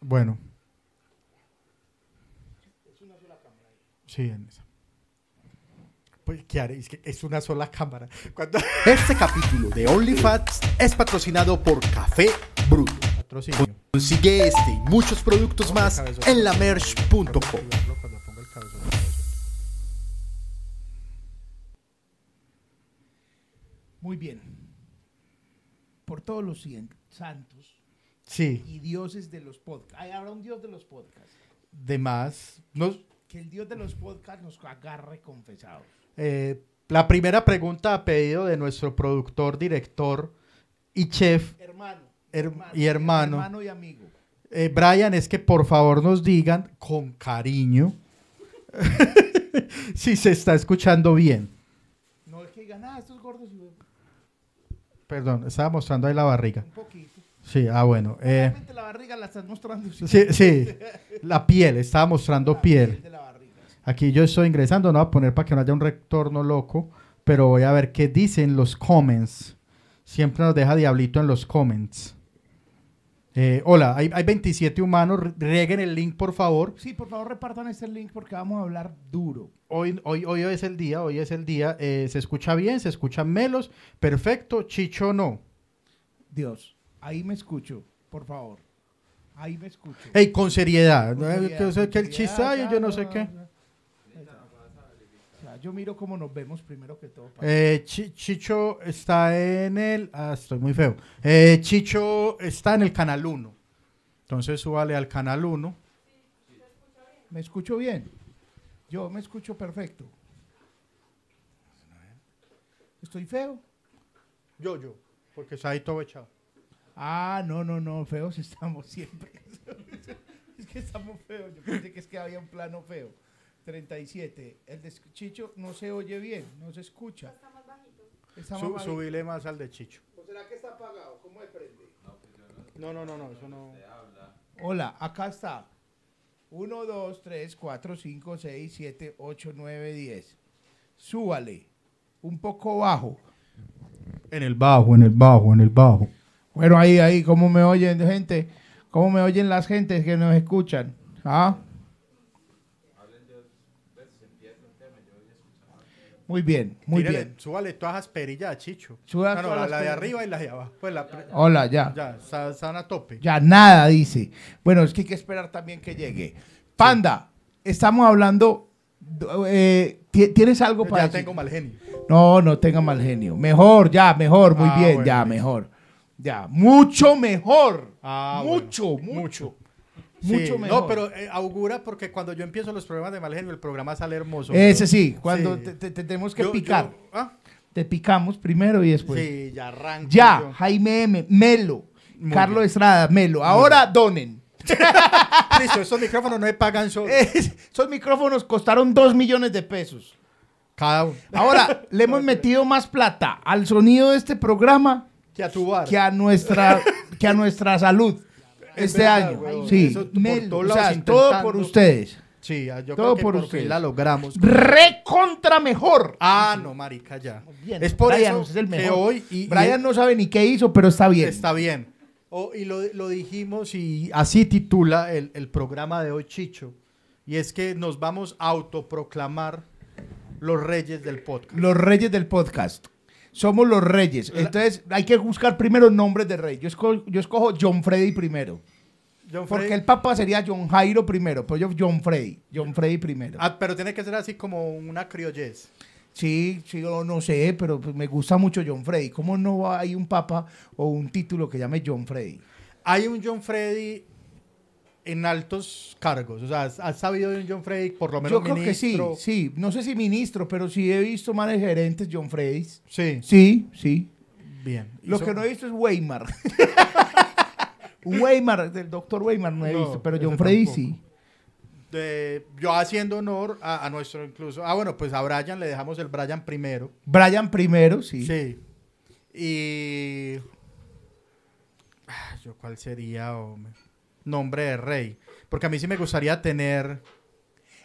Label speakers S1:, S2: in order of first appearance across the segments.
S1: Bueno. Sí, en esa. Pues, ¿qué haré? Es que es una sola cámara. Cuando
S2: Este capítulo de OnlyFans es patrocinado por Café Bruto.
S1: patrocinio.
S2: Consigue este y muchos productos más en lamerch.com.
S1: Cuando ponga el cabezón.
S3: Muy bien. Por todos los cien- santos
S1: Sí,
S3: y dioses de los podcasts. Habrá un dios de los podcasts.
S1: de más. Nos,
S3: Que el dios de los podcasts nos agarre confesados.
S1: eh, la primera pregunta a pedido de nuestro productor, director y chef
S3: Hermano.
S1: Her- y hermano.
S3: Hermano y amigo.
S1: Eh, Brian, es que por favor nos digan con cariño si se está escuchando bien.
S3: No es que digan, ah, estos gordos y huevos".
S1: Perdón, estaba mostrando ahí la barriga.
S3: un poquito.
S1: Sí, ah, bueno. eh,
S3: Realmente la barriga la estás mostrando.
S1: sí, sí, la piel, estaba mostrando
S3: La piel
S1: piel.
S3: de la barriga. sí.
S1: Aquí yo estoy ingresando, no voy a poner para que no haya un retorno loco, pero voy a ver qué dicen los comments. Siempre nos deja diablito en los comments. Eh, hola, hay, hay 27 humanos, re- rieguen el link por favor.
S3: Sí, por favor repartan este link porque vamos a hablar duro.
S1: Hoy, hoy, hoy es el día, hoy es el día. Eh, se escucha bien, se escuchan melos. Perfecto, Chicho no.
S3: Dios, ahí me escucho, por favor. Ahí me escucho.
S1: Ey, con seriedad. ¿no?
S3: Con seriedad,
S1: Yo sé
S3: con
S1: que el
S3: seriedad,
S1: chisayo,
S3: "Ah, ya,
S1: yo no sé qué.
S3: ya. O sea, yo miro cómo nos vemos primero que todo. para-
S1: Eh, Chi- Chicho está en el. Ah, estoy muy feo. Eh, Chicho está en el canal 1. Entonces súbale al canal 1.
S3: ¿Me escucho bien? Yo me escucho perfecto. ¿Estoy feo?
S1: Yo, yo. Porque está ahí todo echado.
S3: Ah, no, no, no, feos estamos siempre. es que estamos feos. Yo pensé que es que había un plano feo. 37. El de Chicho no se oye bien, no se escucha. Está más bajito. Está más
S1: Su-
S3: bajito.
S1: subile más al de Chicho.
S3: ¿O será que está apagado? ¿Cómo prende?
S1: No, no, no, no, eso no.
S3: Hola, acá está. 1, 2, 3, 4, 5, 6, 7, 8, 9, 10. Súbale. Un poco bajo.
S1: En el bajo, en el bajo, en el bajo.
S3: Bueno, ahí, ahí, ¿cómo me oyen, gente? ¿Cómo me oyen las gentes que nos escuchan? ¿Ah?
S1: Pues,
S3: Muy bien, muy
S1: Tírele,
S3: bien.
S1: Súbale todas las perillas a Chicho.
S3: Súbale
S1: Ah, no,
S3: todas
S1: la,
S3: las
S1: la de
S3: perillas.
S1: arriba y la de abajo. Pues la, pre-
S3: Hola, ya.
S1: ya, está- están a tope.
S3: Ya nada, dice. Bueno, es que hay que esperar también que llegue. Panda, estamos hablando. eh, ti- ¿Tienes algo para
S1: Ya
S3: decir?
S1: tengo mal genio.
S3: No, no tenga mal genio. Mejor, ya, mejor, muy
S1: Ah,
S3: bien,
S1: bueno,
S3: ya,
S1: listo.
S3: mejor. Ya, mucho mejor.
S1: Ah,
S3: mucho,
S1: bueno,
S3: mucho, mucho.
S1: Sí,
S3: mejor.
S1: No, pero eh, augura porque cuando yo empiezo los programas de mal genio, el programa sale hermoso.
S3: Ese sí, cuando
S1: Sí.
S3: te- te- te tenemos que
S1: Yo-
S3: picar.
S1: yo- ah,
S3: Te picamos primero y después.
S1: sí, ya arranco.
S3: Ya,
S1: yo.
S3: Jaime M, Melo.
S1: Muy
S3: Carlos
S1: bien.
S3: Estrada, Melo. Ahora donen.
S1: Listo, estos micrófonos no me pagan solo.
S3: Es- esos micrófonos costaron dos millones de pesos.
S1: Cada uno.
S3: Ahora, le hemos metido más plata al sonido de este programa
S1: Que a tu bar.
S3: que a nuestra, que a nuestra salud
S1: Es
S3: este
S1: verdad,
S3: año.
S1: weón.
S3: Sí,
S1: Eso por
S3: Melo,
S1: todos
S3: o
S1: lados
S3: sea, todo
S1: intentando.
S3: por ustedes.
S1: Sí, ah, yo
S3: Todo
S1: creo que
S3: por
S1: por,
S3: ustedes.
S1: fin la logramos.
S3: Recontra mejor.
S1: Ah, no, marica, ya.
S3: Bien,
S1: es por
S3: Brian,
S1: eso
S3: usted es el
S1: que
S3: mejor.
S1: hoy... Y, y-
S3: Brian no sabe ni qué hizo, pero está bien.
S1: Está bien. O- y lo, lo dijimos y así titula el, el programa de hoy Chicho. Y es que nos vamos a autoproclamar los reyes del podcast.
S3: Los reyes del podcast. Somos los reyes. Entonces hay que buscar primero nombres de rey. Yo escojo, yo escojo John Freddy primero.
S1: John
S3: Porque
S1: Freddy-
S3: el papa sería John Jairo primero, pero yo John Freddy. John Freddy primero.
S1: Ah, pero tiene que ser así como una criollez.
S3: Sí, sí, yo no sé, pero pues, me gusta mucho John Freddy. ¿Cómo no va- hay un papa o un título que llame John Freddy?
S1: Hay un John Freddy en altos cargos. O sea, ¿has, has sabido de un John Freddy por lo menos
S3: Yo creo
S1: ministro?
S3: que sí, sí. No sé si ministro, pero sí he visto manes gerentes John Freddy.
S1: sí.
S3: Sí, sí.
S1: Bien.
S3: Lo
S1: Hizo-
S3: que no he visto es Weimar. Un Weimar, del doctor Weimar no he
S1: No,
S3: visto, pero
S1: ese
S3: John Freddy
S1: tampoco.
S3: sí.
S1: de- yo haciendo honor a, a nuestro incluso. Ah, bueno, pues a Brian le dejamos el Brian primero.
S3: Brian primero, sí.
S1: Sí. Y. Ah, ¿Yo cuál sería, hombre? Nombre de rey. Porque a mí sí me gustaría tener.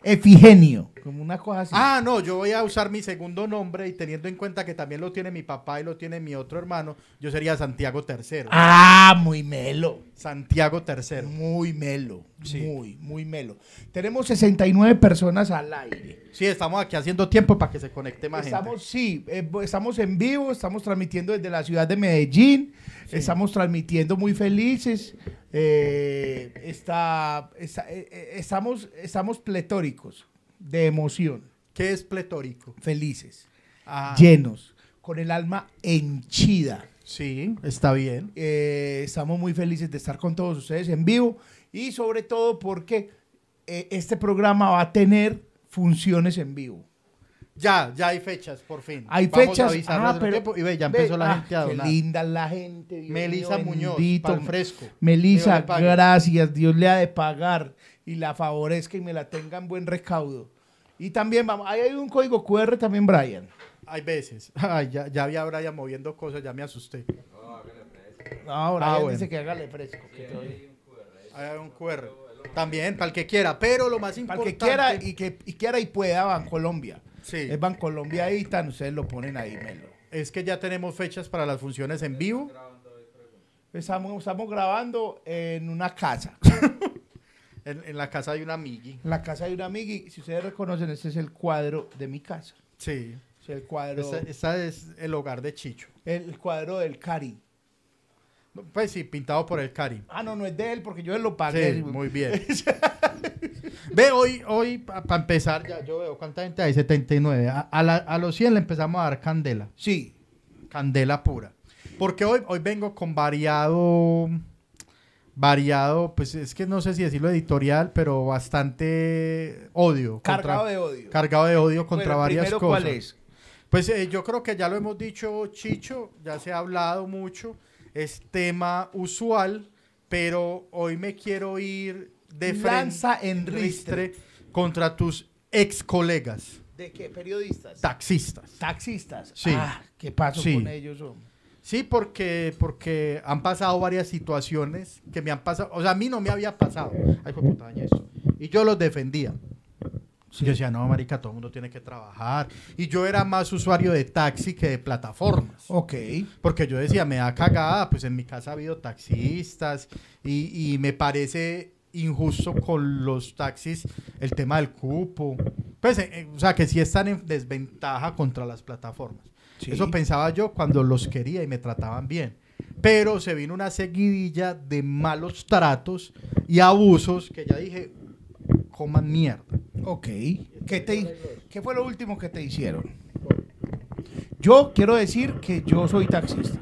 S3: Efigenio. Como una cosa así.
S1: Ah, no, yo voy a usar mi segundo nombre y teniendo en cuenta que también lo tiene mi papá y lo tiene mi otro hermano, yo sería Santiago III.
S3: Ah, muy melo.
S1: Santiago III.
S3: Muy melo.
S1: Sí.
S3: Muy, muy melo. Tenemos 69 personas al aire.
S1: Sí, estamos aquí haciendo tiempo para que se conecte más
S3: Estamos, sí, eh, estamos en vivo, estamos transmitiendo desde la ciudad de Medellín,
S1: Sí.
S3: estamos transmitiendo muy felices, eh, está, está- eh, eh, estamos, estamos pletóricos de emoción,
S1: gente. ¿Qué es pletórico?
S3: felices,
S1: Ah,
S3: llenos, con el alma henchida.
S1: sí, está bien.
S3: Eh, estamos muy felices de estar con todos ustedes en vivo y sobre todo porque eh, este programa va a tener funciones en vivo.
S1: Ya, ya hay fechas, por fin.
S3: Hay
S1: Vamos a
S3: fechas. Ah,
S1: avisarles en tiempo. Y ve, ya
S3: ve,
S1: empezó la
S3: ah,
S1: gente a
S3: qué
S1: donar.
S3: linda la gente. Dios
S1: Melisa
S3: mío,
S1: Muñoz,
S3: bendito.
S1: pa'l fresco.
S3: Melisa,
S1: Dios le pague.
S3: gracias. Dios le ha de pagar y la favorezca y me la tenga en buen recaudo. Y también vamos, ahí hay un código QR también, Brian.
S1: Hay veces. Ay, ya, ya había Brian moviendo cosas, ya me asusté.
S3: Ahora
S1: Ah,
S3: Brian
S1: bueno.
S3: dice que hágale fresco. que te doy.
S1: Hay un QR. También, para el que quiera, pero lo más
S3: Para el que
S1: importante.
S3: quiera y que y quiera y pueda, Bancolombia.
S1: Sí.
S3: Es Bancolombia ahí están, ustedes lo ponen ahí, Melo.
S1: Es que ya tenemos fechas para las funciones en vivo.
S3: Estamos, estamos grabando en una casa.
S1: En, en la casa de una amigui.
S3: En la casa de una amiga y si ustedes reconocen, este es el cuadro de mi casa.
S1: Sí.
S3: Es el cuadro,
S1: Esa, esa es el hogar de Chicho.
S3: el cuadro del Cari.
S1: No, Pues sí, pintado por el Cari.
S3: Ah, no, no es de él porque yo lo pagué.
S1: Sí, muy bien. Ve, hoy, hoy para empezar, ya yo veo cuánta gente hay, 79. A, a la- a los 100 le empezamos a dar candela,
S3: Sí,
S1: candela pura. Porque hoy, hoy vengo con variado, variado, pues es que no sé si decirlo editorial, pero bastante odio. contra-
S3: cargado de odio.
S1: Cargado de odio contra
S3: Bueno,
S1: varias
S3: primero,
S1: cosas.
S3: ¿cuál es?
S1: Pues eh, yo creo que ya lo hemos dicho, Chicho, ya se ha hablado mucho, es tema usual, pero hoy me quiero ir de
S3: Lanza
S1: frente
S3: en ristre.
S1: contra tus ex colegas
S3: ¿De qué? Periodistas.
S1: taxistas.
S3: Taxistas.
S1: Sí.
S3: Ah, ¿qué pasó
S1: Sí.
S3: con ellos? hombre?
S1: Sí, porque, porque han pasado varias situaciones que me han pasado, o sea, a mí no me había pasado. Ay, fue puta, dañé esto. Y yo los defendía. Yo decía, no, marica, todo el mundo tiene que trabajar. Y yo era más usuario de taxi que de plataformas.
S3: Ok.
S1: Porque yo decía, me da cagada, pues en mi casa ha habido taxistas y, y me parece injusto con los taxis el tema del cupo. Pues, eh, eh, o sea, que sí están en desventaja contra las plataformas.
S3: Sí.
S1: Eso pensaba yo cuando los quería y me trataban bien. Pero se vino una seguidilla de malos tratos y abusos que ya dije, coman mierda.
S3: Ok. ¿Qué, te, ¿Qué fue lo último que te hicieron? Yo quiero decir que yo soy taxista.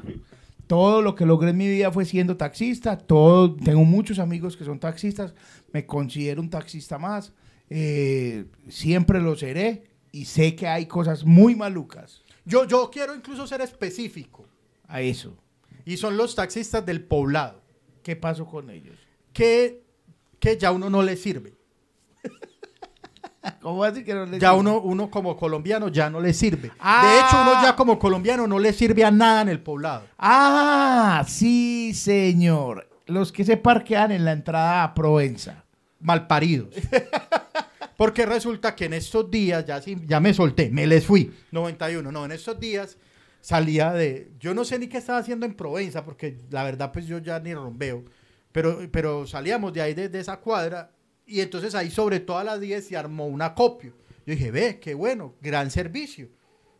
S3: Todo lo que logré en mi vida fue siendo taxista. Todo, tengo muchos amigos que son taxistas. Me considero un taxista más. eh, siempre lo seré. Y sé que hay cosas muy malucas
S1: Yo, yo quiero incluso ser específico.
S3: a eso.
S1: Y son los taxistas del poblado.
S3: ¿Qué pasó con ellos?
S1: que, que ya uno no le sirve.
S3: ¿Cómo así que no les
S1: Ya
S3: digo?
S1: uno, uno como colombiano ya no le sirve. De
S3: Ah.
S1: hecho, uno ya como colombiano no le sirve a nada en el poblado.
S3: Ah, sí, señor. Los que se parquean en la entrada a Provenza.
S1: Malparidos. Porque resulta que en estos días, ya, sí- ya me solté, me les fui. 91, no, en estos días salía de... Yo no sé ni qué estaba haciendo en Provenza, porque la verdad pues yo ya ni rombeo. Pero, pero salíamos de ahí, de, de esa cuadra, y entonces ahí sobre todas las 10 se armó un acopio. Yo dije, ve, qué bueno, gran servicio.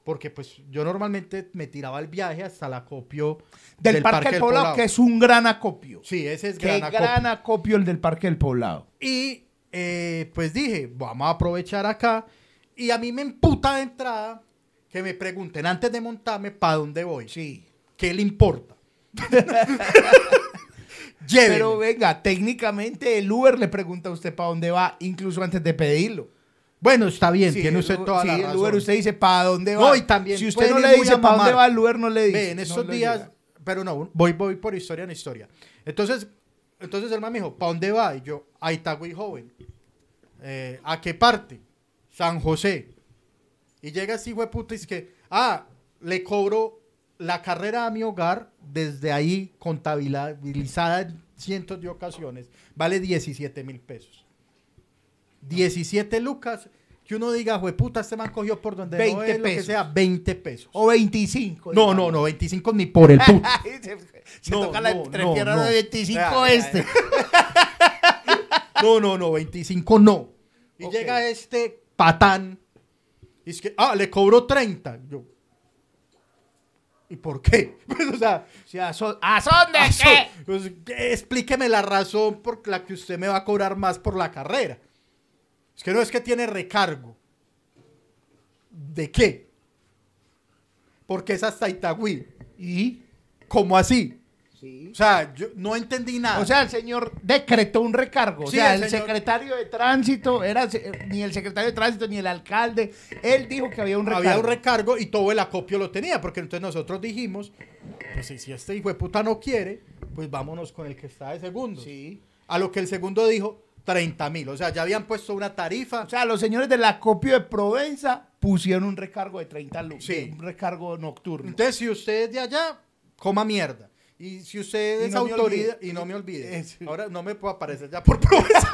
S1: Porque pues yo normalmente me tiraba el viaje hasta el acopio
S3: Del, Parque, del Poblado, que es un gran acopio.
S1: Sí, ese es
S3: Qué gran
S1: gran
S3: acopio.
S1: acopio.
S3: el del Parque del Poblado.
S1: Y eh, pues dije, vamos a aprovechar acá. Y a mí me emputa de entrada que me pregunten antes de montarme para dónde voy.
S3: Sí.
S1: ¿Qué le importa? Llévenme.
S3: Pero venga, técnicamente el Uber le pregunta a usted para dónde va, incluso antes de pedirlo.
S1: bueno, está bien,
S3: Sí,
S1: tiene
S3: el
S1: usted
S3: Uber-
S1: toda
S3: sí,
S1: la
S3: el
S1: razón.
S3: Uber usted dice para dónde va.
S1: No, y también
S3: si usted
S1: pueden
S3: no
S1: ir
S3: le
S1: muy
S3: dice
S1: a
S3: para dónde
S1: mamar.
S3: va, el Uber no le dice.
S1: Ve, en
S3: No
S1: estos
S3: le
S1: días,
S3: llega.
S1: pero no, voy, voy por historia en historia. Entonces, entonces el man me dijo, ¿para dónde va? Y yo, a Itagüí joven. Eh, ¿A qué parte? San José. Y llega así, güey, puta, y es que, ah, le cobro la carrera a mi hogar desde ahí contabilizada en cientos de ocasiones. Vale 17 mil pesos. 17 lucas, que uno diga, puta, este man cogió por donde
S3: 20
S1: no es, lo que
S3: pesos.
S1: sea, 20 pesos.
S3: O 25.
S1: No, no, no, 25 ni por el puto.
S3: se se
S1: No,
S3: toca la
S1: no,
S3: entrepierna
S1: no,
S3: de
S1: no.
S3: 25
S1: Ah,
S3: este.
S1: No, no, no, 25 no. Y
S3: Ok.
S1: llega este patán. Y es que, ah, le cobró 30. Yo, ¿Y por qué? Pues, o sea, ah,
S3: Sí, ¿A son ¿a son de
S1: aso-
S3: qué?
S1: pues, ¿qué? explíqueme la razón por la que usted me va a cobrar más por la carrera. Es que no es que tiene recargo. ¿De qué? Porque es hasta Itagüí.
S3: ¿Y?
S1: ¿Cómo así?
S3: Sí.
S1: O sea, yo no entendí nada.
S3: O sea, el señor decretó un recargo.
S1: Sí,
S3: o sea, el,
S1: el señor-
S3: secretario de tránsito, era se- eh, ni el secretario de tránsito ni el alcalde, él dijo que había un recargo.
S1: había un recargo y todo el acopio lo tenía, porque entonces nosotros dijimos, pues si- si este hijo de puta no quiere, pues vámonos con el que está de segundo.
S3: Sí.
S1: A lo que el segundo dijo, 30 mil, o sea, ya habían puesto una tarifa.
S3: O sea, los señores del acopio de Provenza pusieron un recargo de 30 lucas.
S1: Sí.
S3: Un recargo nocturno.
S1: Entonces, si usted es de allá, coma mierda. Y si usted
S3: Y
S1: es
S3: no me
S1: autoridad,
S3: olvide.
S1: y no me olvide.
S3: Es-
S1: Ahora no me puedo aparecer ya por promesa.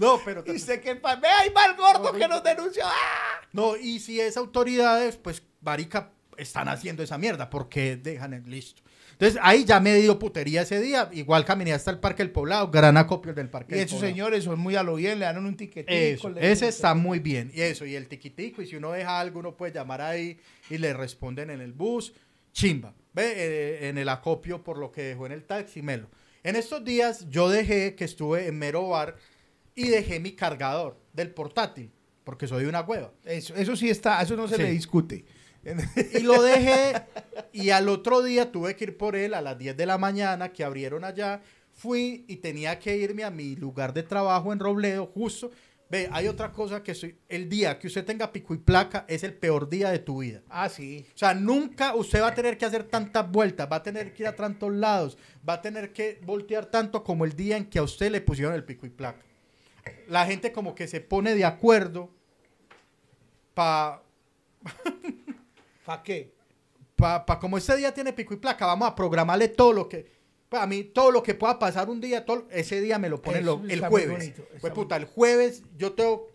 S1: no, pero...
S3: y usted que pa- ve ahí va el gordo
S1: No,
S3: que
S1: no.
S3: nos denunció. ¡Ah!
S1: No, y si es autoridades, pues, marica, están haciendo esa mierda, porque dejan el listo? Entonces, ahí ya me dio putería ese día, igual caminé hasta el Parque del Poblado, gran acopio del Parque
S3: Y
S1: del
S3: esos
S1: Poblado.
S3: señores son muy a lo bien, le dan un tiquetito.
S1: Eso,
S3: le-
S1: ese está muy bien. Y eso, y el tiquitico, y si uno deja algo, uno puede llamar ahí y le responden en el bus, chimba. Ve, Eh, en el acopio por lo que dejó en el taxi, melo. En estos días yo dejé que estuve en Mero Bar y dejé mi cargador del portátil, porque soy una hueva.
S3: Eso, eso sí está, eso no se
S1: Sí.
S3: le discute.
S1: y lo dejé y al otro día tuve que ir por él a las 10 de la mañana que abrieron allá. Fui y tenía que irme a mi lugar de trabajo en Robledo justo. Ve, hay otra cosa que soy, el día que usted tenga pico y placa es el peor día de tu vida.
S3: Ah, sí.
S1: O sea, nunca usted va a tener que hacer tantas vueltas, va a tener que ir a tantos lados, va a tener que voltear tanto como el día en que a usted le pusieron el pico y placa. La gente como que se pone de acuerdo para
S3: ¿Para qué?
S1: pa, pa- como este día tiene pico y placa, vamos a programarle todo lo que, para mí, todo lo que pueda pasar un día, todo, ese día me lo ponen
S3: Eso
S1: lo- el
S3: está muy
S1: jueves.
S3: bonito, está
S1: Pues
S3: muy
S1: puta, el jueves yo tengo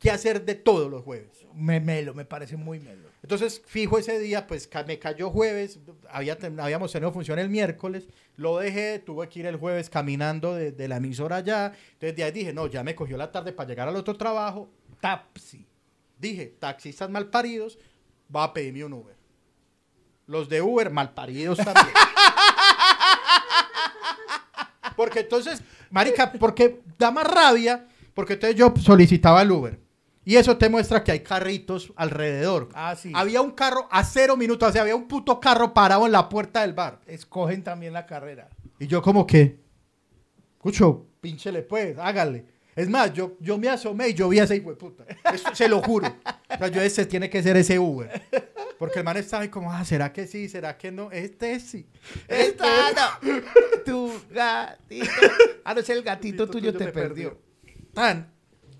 S1: que hacer de todos los jueves.
S3: Me melo, me parece muy melo.
S1: Entonces, fijo ese día, pues ca- me cayó jueves, había, ten- habíamos tenido función el miércoles, lo dejé, tuve que ir el jueves caminando desde la emisora allá, entonces de ahí dije, no, ya me cogió la tarde para llegar al otro trabajo,
S3: Tapsi.
S1: Dije, taxistas malparidos, va a pedirme un Uber. Los de Uber malparidos también. Porque entonces, marica, porque da más rabia, porque entonces yo solicitaba el Uber. Y eso te muestra que hay carritos alrededor.
S3: Ah, sí.
S1: Había un carro a cero minutos, o sea, había un puto carro parado en la puerta del bar.
S3: Escogen también la carrera.
S1: Y yo como que, escucho, pinchele pues, hágale. Es más, yo, yo me asomé y yo vi a ese hijo de puta. Eso se lo juro. O sea, yo ese tiene que ser ese Uber. Porque el man estaba ahí como, ah, ¿será que sí? ¿Será que no? Este sí.
S3: Esta no. Tu gatito. Ah, no es el gatito tuyo, te
S1: me
S3: perdió.
S1: Tan,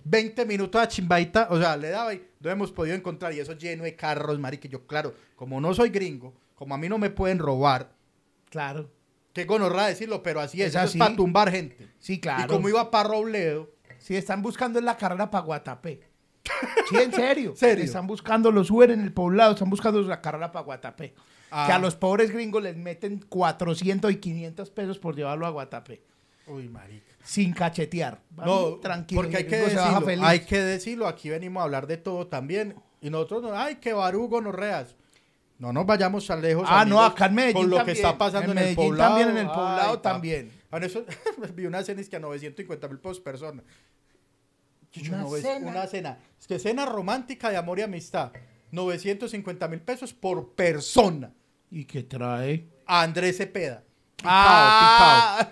S1: 20 minutos a chimbaita, o sea, le daba y no hemos podido encontrar. Y eso lleno de carros, marica. Y Yo, claro, como no soy gringo, como a mí no me pueden robar,
S3: Claro.
S1: qué gonorra decirlo, pero así es.
S3: Es
S1: eso
S3: así.
S1: es para tumbar gente.
S3: Sí, claro.
S1: Y como iba para Robledo,
S3: Si están buscando en la carrera para Guatapé. Sí, en serio.
S1: ¿Serio?
S3: Están buscando los Uber en el poblado, están buscando la carrera para Guatapé.
S1: Ah.
S3: Que a los pobres gringos les meten 400 y 500 pesos por llevarlo a Guatapé.
S1: Uy, marica.
S3: Sin cachetear. Va
S1: No,
S3: muy tranquilo.
S1: porque
S3: el
S1: hay que
S3: gringo se baja
S1: decirlo,
S3: feliz.
S1: hay que decirlo, aquí venimos a hablar de todo también, y nosotros, no, ay, que barugo, no reas. No nos vayamos tan lejos.
S3: Ah, no,
S1: amigos,
S3: acá en Medellín
S1: Con lo
S3: también.
S1: que está pasando en,
S3: En
S1: el
S3: Medellín
S1: poblado.
S3: también, en el poblado
S1: papi.
S3: también.
S1: Ahora eso, vi una cena es que a 950 mil pesos persona. Chicho,
S3: Una
S1: no ves-
S3: cena.
S1: una cena. Es que cena romántica de amor y amistad. 950 mil pesos por persona.
S3: ¿Y qué trae?
S1: A Andrés Cepeda. Picao, picao.
S3: Ah.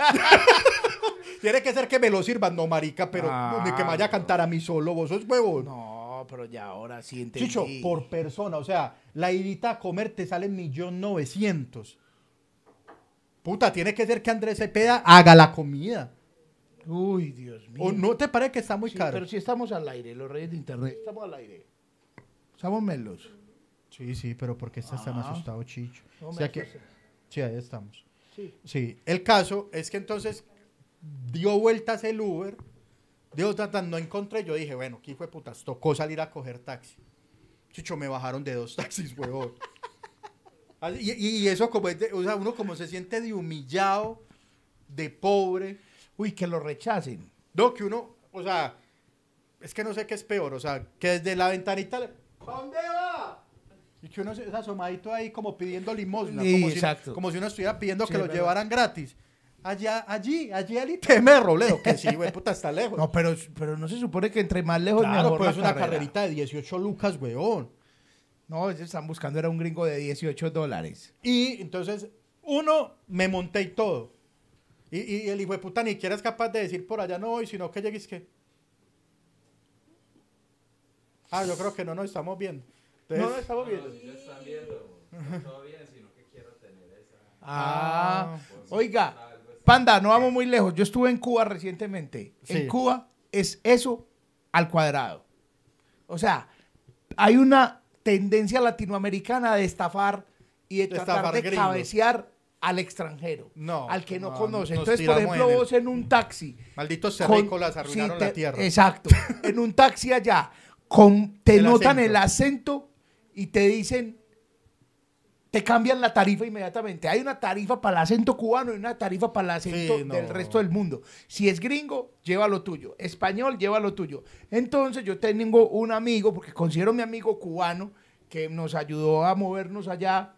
S1: Tiene que ser que me lo sirvan, no, marica, pero
S3: Ah,
S1: ni que me vaya a cantar a mí solo, vos sos huevo.
S3: No, pero ya ahora sí entendí.
S1: Chicho, por persona, o sea, la idita a comer te sale millón novecientos. Puta, tiene que ser que Andrés Cepeda haga la comida.
S3: Uy, Dios mío.
S1: ¿O no te parece que está muy
S3: Sí,
S1: caro?
S3: Pero si estamos al aire, los reyes de internet. Estamos al aire. Estamos melos.
S1: Sí, sí, pero porque estás tan
S3: Ah.
S1: asustado, Chicho?
S3: No
S1: O
S3: me
S1: sea que-
S3: asustes.
S1: Sí, ahí estamos.
S3: Sí.
S1: Sí, el caso es que entonces dio vueltas el Uber, Digo, tatan, no encontré. Yo dije, bueno, aquí fue putas. Tocó salir a coger taxi. Chicho, me bajaron de dos taxis, huevón. Así- Y, y eso como es de- o sea, uno como se siente de humillado, de pobre.
S3: Uy, que lo rechacen.
S1: No, que uno, o sea, es que no sé qué es peor, o sea, que desde la ventanita le... "¿Pa dónde va? Y que uno se es asomadito ahí como pidiendo limosna,
S3: Sí,
S1: como, si,
S3: exacto.
S1: como si uno estuviera pidiendo
S3: Sí,
S1: que
S3: es
S1: lo
S3: verdad.
S1: llevaran gratis. Allá, allí, allí al ITM de Robledo, que sí, güey, puta, está lejos.
S3: No, pero, pero no se supone que entre más lejos
S1: claro,
S3: mejor
S1: pero
S3: la
S1: es una
S3: carrera.
S1: carrerita de 18 lucas, weón.
S3: No, ellos están buscando era un gringo de 18 dólares.
S1: Y entonces, uno, me monté y todo. Y, y el hijo de puta ni siquiera es capaz de decir por allá no voy, sino que llegues que. Ah, yo creo que no nos estamos viendo. no nos estamos viendo.
S4: Ya están viendo. está Todo bien, sino que quiero tener esa.
S3: Ah, oiga, Panda, no vamos muy lejos. Yo estuve en Cuba recientemente.
S1: Sí.
S3: En Cuba es eso al cuadrado. O sea, hay una tendencia latinoamericana de estafar y de
S1: De
S3: tratar
S1: estafar
S3: de
S1: gringos.
S3: cabecear al extranjero,
S1: No,
S3: al que no,
S1: no,
S3: conoce.
S1: nos
S3: Entonces, por
S1: tiramos
S3: ejemplo,
S1: en el-
S3: vos en un taxi
S1: Malditos
S3: con-
S1: terrícolas arruinaron
S3: sí, te-
S1: la tierra.
S3: Exacto. en un taxi allá, con, te
S1: El
S3: notan
S1: acento.
S3: el acento y te dicen, te cambian la tarifa inmediatamente. Hay una tarifa para el acento cubano y una tarifa para el acento
S1: Sí, no.
S3: del resto del mundo. Si es gringo, lleva lo tuyo. Español, lleva lo tuyo. Entonces yo tengo un amigo, porque considero mi amigo cubano, que nos ayudó a movernos allá.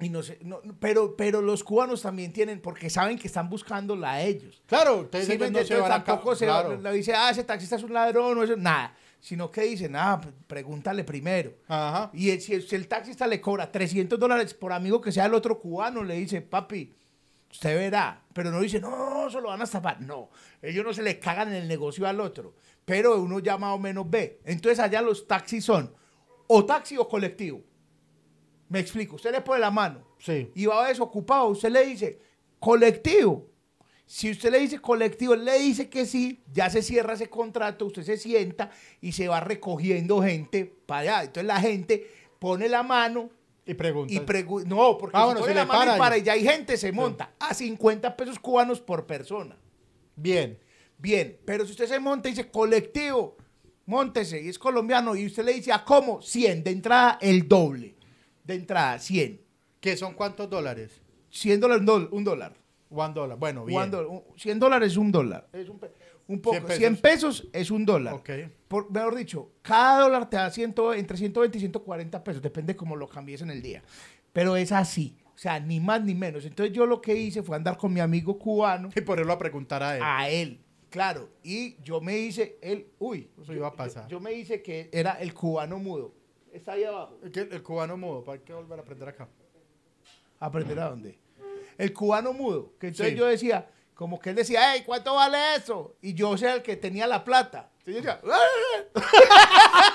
S3: Y no sé, no, pero, pero los cubanos también tienen, porque saben que están buscándola a ellos.
S1: Claro, ustedes
S3: Sí,
S1: ellos
S3: vende,
S1: no se
S3: entonces
S1: van a
S3: tampoco
S1: ca-
S3: se
S1: claro.
S3: le dice, ah, ese taxista es un ladrón o eso, nada. Sino que dicen, ah, p- pregúntale primero.
S1: Ajá.
S3: Y el- si, el, si el taxista le cobra 300 dólares por amigo que sea el otro cubano, le dice, papi, usted verá. Pero no dice, no, se lo van a estafar. No, ellos no se le cagan en el negocio al otro. Pero uno ya más o menos ve. Entonces allá los taxis son o taxi o colectivo. Me explico, usted le pone la mano
S1: Sí.
S3: y va desocupado, usted le dice colectivo. Si usted le dice colectivo, él le dice que sí, ya se cierra ese contrato, usted se sienta y se va recogiendo gente para allá. Entonces la gente pone la mano
S1: Y pregunta.
S3: y pregunta. No, porque
S1: Ah,
S3: si
S1: bueno,
S3: pone
S1: si
S3: la
S1: le
S3: mano
S1: para
S3: y
S1: ahí.
S3: para y ya hay gente, se monta a 50 pesos cubanos por persona.
S1: Bien.
S3: Bien, pero si usted se monta y dice colectivo, montese y es colombiano y usted le dice a cómo, 100, de entrada el doble. De entrada, 100.
S1: ¿Qué son cuántos dólares?
S3: 100 dólares, un dol- un dólar.
S1: One dólar. Bueno, bien.
S3: Juan dólar, un- 100 dólares es un dólar. Es un, pe- un poco.
S1: 100
S3: 100
S1: pesos.
S3: pesos. es un dólar.
S1: Ok.
S3: Por, mejor dicho, cada dólar te da 100 entre 120 y 140 pesos. Depende cómo lo cambies en el día. Pero es así. O sea, ni más ni menos. Entonces yo lo que hice fue andar con mi amigo cubano
S1: Y ponerlo a preguntar a él.
S3: a él. Claro. Y yo me hice, él, uy.
S1: Eso
S3: yo-
S1: iba a pasar.
S3: Yo, yo me hice que era el cubano mudo. Está ahí abajo.
S1: Es que El cubano mudo, ¿para qué volver a aprender acá?
S3: ¿Aprender a dónde? El cubano mudo. Que entonces
S1: Sí.
S3: yo decía, como que él decía, hey, ¿cuánto vale eso? Y yo era el que tenía la plata. Entonces yo decía, "Ah".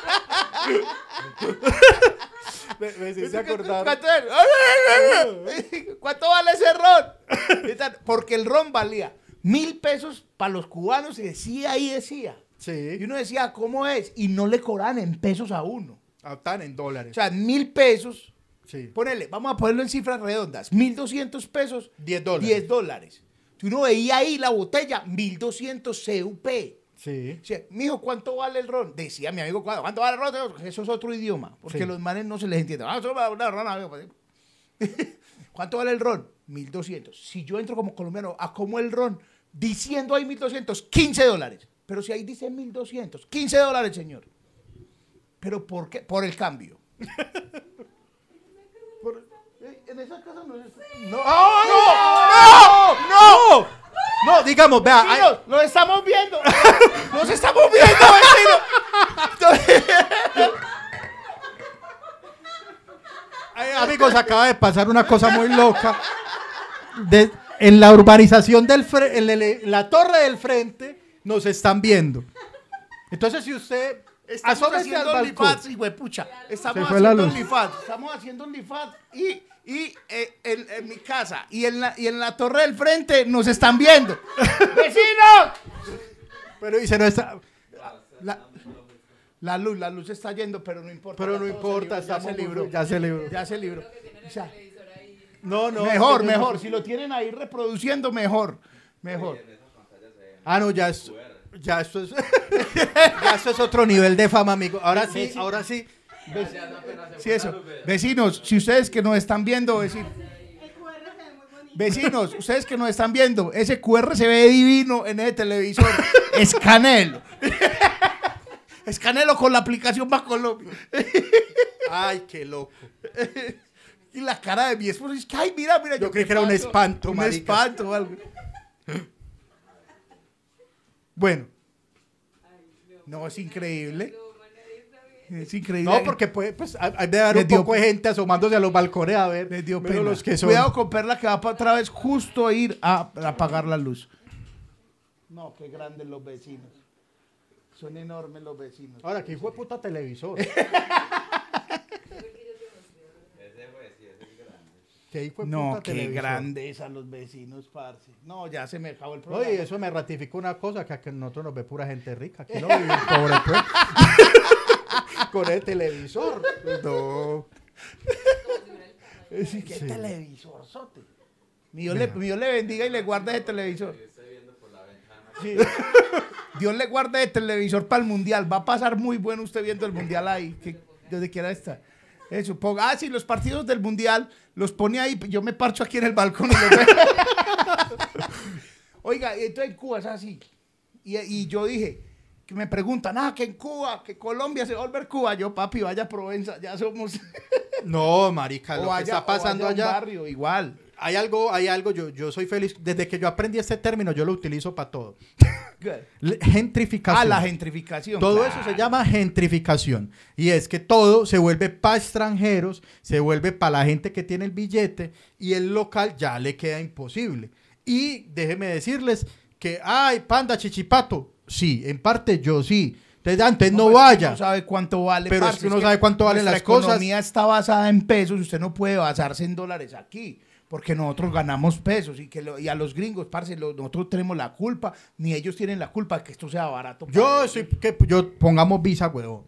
S1: Me, me hiciste
S3: ¿Cuánto, es? "Ah". ¿Cuánto vale ese ron? Y tal, Porque el ron valía mil pesos para los cubanos y decía y decía. Y
S1: Sí.
S3: uno decía, ¿cómo es? Y no le cobraban en pesos a uno.
S1: Ah, Están en
S3: O
S1: dólares.
S3: sea, mil pesos,
S1: Sí.
S3: ponele, vamos a ponerlo en cifras redondas, mil doscientos pesos
S1: 10 dólares.
S3: 10 dólares. Si uno veía ahí la botella, 1200 CUP.
S1: Sí.
S3: O sea, mijo, ¿cuánto vale el ron? Decía mi amigo, ¿cuánto ¿cuánto vale el ron? "Pues Eso es otro idioma, porque
S1: Sí.
S3: los manes no se les entiende. Ah, eso vale el ron, amigo. ¿Cuánto vale el ron? 1200. Si yo entro como colombiano a como el ron, diciendo ahí 1200, 15 dólares. Pero si ahí dice 1200, 15 dólares, señor. ¿Pero por qué? Por el cambio. Por- eh, en esa casa no es... ¡No! ¡No! ¡No! ¡No!
S1: No, digamos, vea. hay-
S3: ¡Vecinos, ¡Los estamos viendo! ¡Los estamos viendo, vecino!
S1: Eh, amigos, acaba de pasar una cosa muy loca. De- en la urbanización del fre- en el- en la torre del frente nos están viendo. Entonces, si usted
S3: Estamos
S1: asómese al
S3: haciendo
S1: balcón.
S3: OnlyFans, huepucha.
S1: Se
S3: Estamos
S1: fue la
S3: haciendo
S1: luz.
S3: OnlyFans. Estamos haciendo OnlyFans. Y, y eh, en, en mi casa y en, la, y en la torre del frente nos están viendo. ¡Vecinos!
S1: Pero dice no está
S3: La, la luz, la luz está yendo, pero no importa.
S1: pero no
S3: Ya todo
S1: importa,
S3: se libró,
S1: estamos
S3: Ya
S1: ya
S3: se
S1: se
S3: libró.
S1: libró.
S3: Ya se libró. O sea,
S1: No, no.
S3: mejor,
S1: es que-
S3: mejor. Si lo tienen ahí reproduciendo, mejor. Mejor.
S1: Ah, no, ya es Ya esto es, ya esto es otro nivel de fama, amigo. Ahora sí, ahora sí.
S3: Sí, eso. Vecinos, si ustedes que nos están viendo, vecinos. Vecinos, ustedes que nos están viendo, ese QR se ve divino en el televisor. Es Canelo. Es Canelo con la aplicación más Colombia.
S1: Ay, qué loco.
S3: Y la cara de mi esposo es que, ay, mira, mira.
S1: Yo creí que era un espanto,
S3: Un
S1: marica.
S3: espanto o algo. Bueno. No, es increíble. Es increíble.
S1: No, porque puede, pues, hay hay de haber
S3: Les
S1: un
S3: dio-
S1: poco de gente asomándose a los balcones a ver.
S3: Les dio
S1: menos
S3: pena.
S1: los que son.
S3: Cuidado con Perla que va para otra vez justo a ir a a apagar la luz. No, qué grandes los vecinos. Son enormes los vecinos.
S1: Ahora, ¿qué hijo de puta televisor? ¿Qué hijo de
S3: No,
S1: puta
S3: qué
S1: televisor?
S3: grandeza los vecinos, parce. No, ya se me acabó el
S1: No, y
S3: programa.
S1: eso me ratificó una cosa, que aquí nosotros nos ve pura gente rica. Aquí no vive un pobre pues. Con el televisor. No.
S3: Sí, qué televisor, sote. Mi Dios, le, mi Dios le bendiga y le guarde ese televisor. Sí. Dios le guarde ese televisor para el mundial. Va a pasar muy bueno usted viendo el mundial ahí, que, donde quiera está. Eso, ponga, ah, sí, los partidos del mundial los pone ahí. Yo me parcho aquí en el balcón y los veo. Oiga, y entonces en Cuba es así. Y, y yo dije, que me preguntan, ah, que en Cuba, que Colombia se va a volver Cuba. Yo, papi, vaya a Provenza, ya somos.
S1: No, marica, lo
S3: O
S1: que
S3: vaya-
S1: está
S3: o
S1: pasando
S3: vaya a un
S1: allá.
S3: barrio, igual.
S1: Hay algo, hay algo, yo, yo soy feliz. Desde que yo aprendí este término, yo lo utilizo para todo. Le- Gentrificación.
S3: A la gentrificación.
S1: Todo
S3: claro.
S1: eso se llama gentrificación. Y es que todo se vuelve para extranjeros, se vuelve para la gente que tiene el billete y el local ya le queda imposible. Y déjenme decirles que, ay, panda, chichipato. Sí, en parte yo sí. Entonces, antes no,
S3: pero es que
S1: vaya.
S3: No pues, sabe cuánto vale.
S1: Pero es que uno sabe cuánto valen
S3: nuestra
S1: las cosas.
S3: La economía está basada en pesos. Usted no puede basarse en dólares aquí. Porque nosotros ganamos pesos y que lo- y a los gringos, parce, lo- nosotros tenemos la culpa, ni ellos tienen la culpa de que esto sea barato. para
S1: Yo
S3: ellos.
S1: soy que yo pongamos visa, huevón.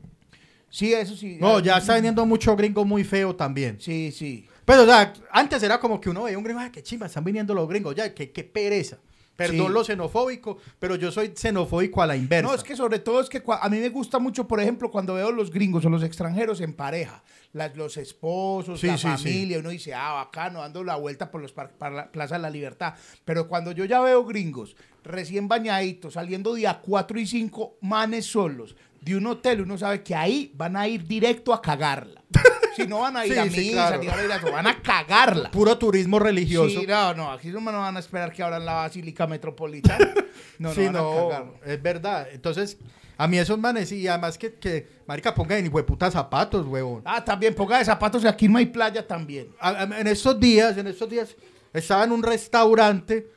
S3: Sí, eso sí.
S1: No, ya está viniendo mucho gringo muy feo también.
S3: Sí, sí.
S1: Pero, o sea, antes era como que uno veía un gringo, ay, qué chimba, están viniendo los gringos, ya, qué, qué pereza. Perdón
S3: Sí.
S1: lo xenofóbico, pero yo soy xenofóbico a la inversa.
S3: No, es que sobre todo es que cua- a mí me gusta mucho, por ejemplo, cuando veo los gringos o los extranjeros en pareja, las, los esposos,
S1: Sí,
S3: la
S1: sí, sí.
S3: familia, uno dice, ah, bacano, dando la vuelta por los par- par- la Plaza de la Libertad. Pero cuando yo ya veo gringos recién bañaditos, saliendo día 4 y 5, manes solos, de un hotel, uno sabe que ahí van a ir directo a cagarla. si no van a ir
S1: Sí,
S3: a
S1: sí,
S3: misa,
S1: claro.
S3: ni van a ir a eso, van a cagarla.
S1: puro turismo religioso.
S3: Sí, no, no, aquí no me van a esperar que abran la Basílica Metropolitana. No, no,
S1: Sí,
S3: van a
S1: no,
S3: cagar.
S1: es verdad. Entonces, a mí esos manes, y además que, que marica, ponga en puta zapatos, huevón.
S3: Ah, también, ponga de zapatos y aquí no hay playa también.
S1: A- a- En estos días, en estos días, estaba en un restaurante.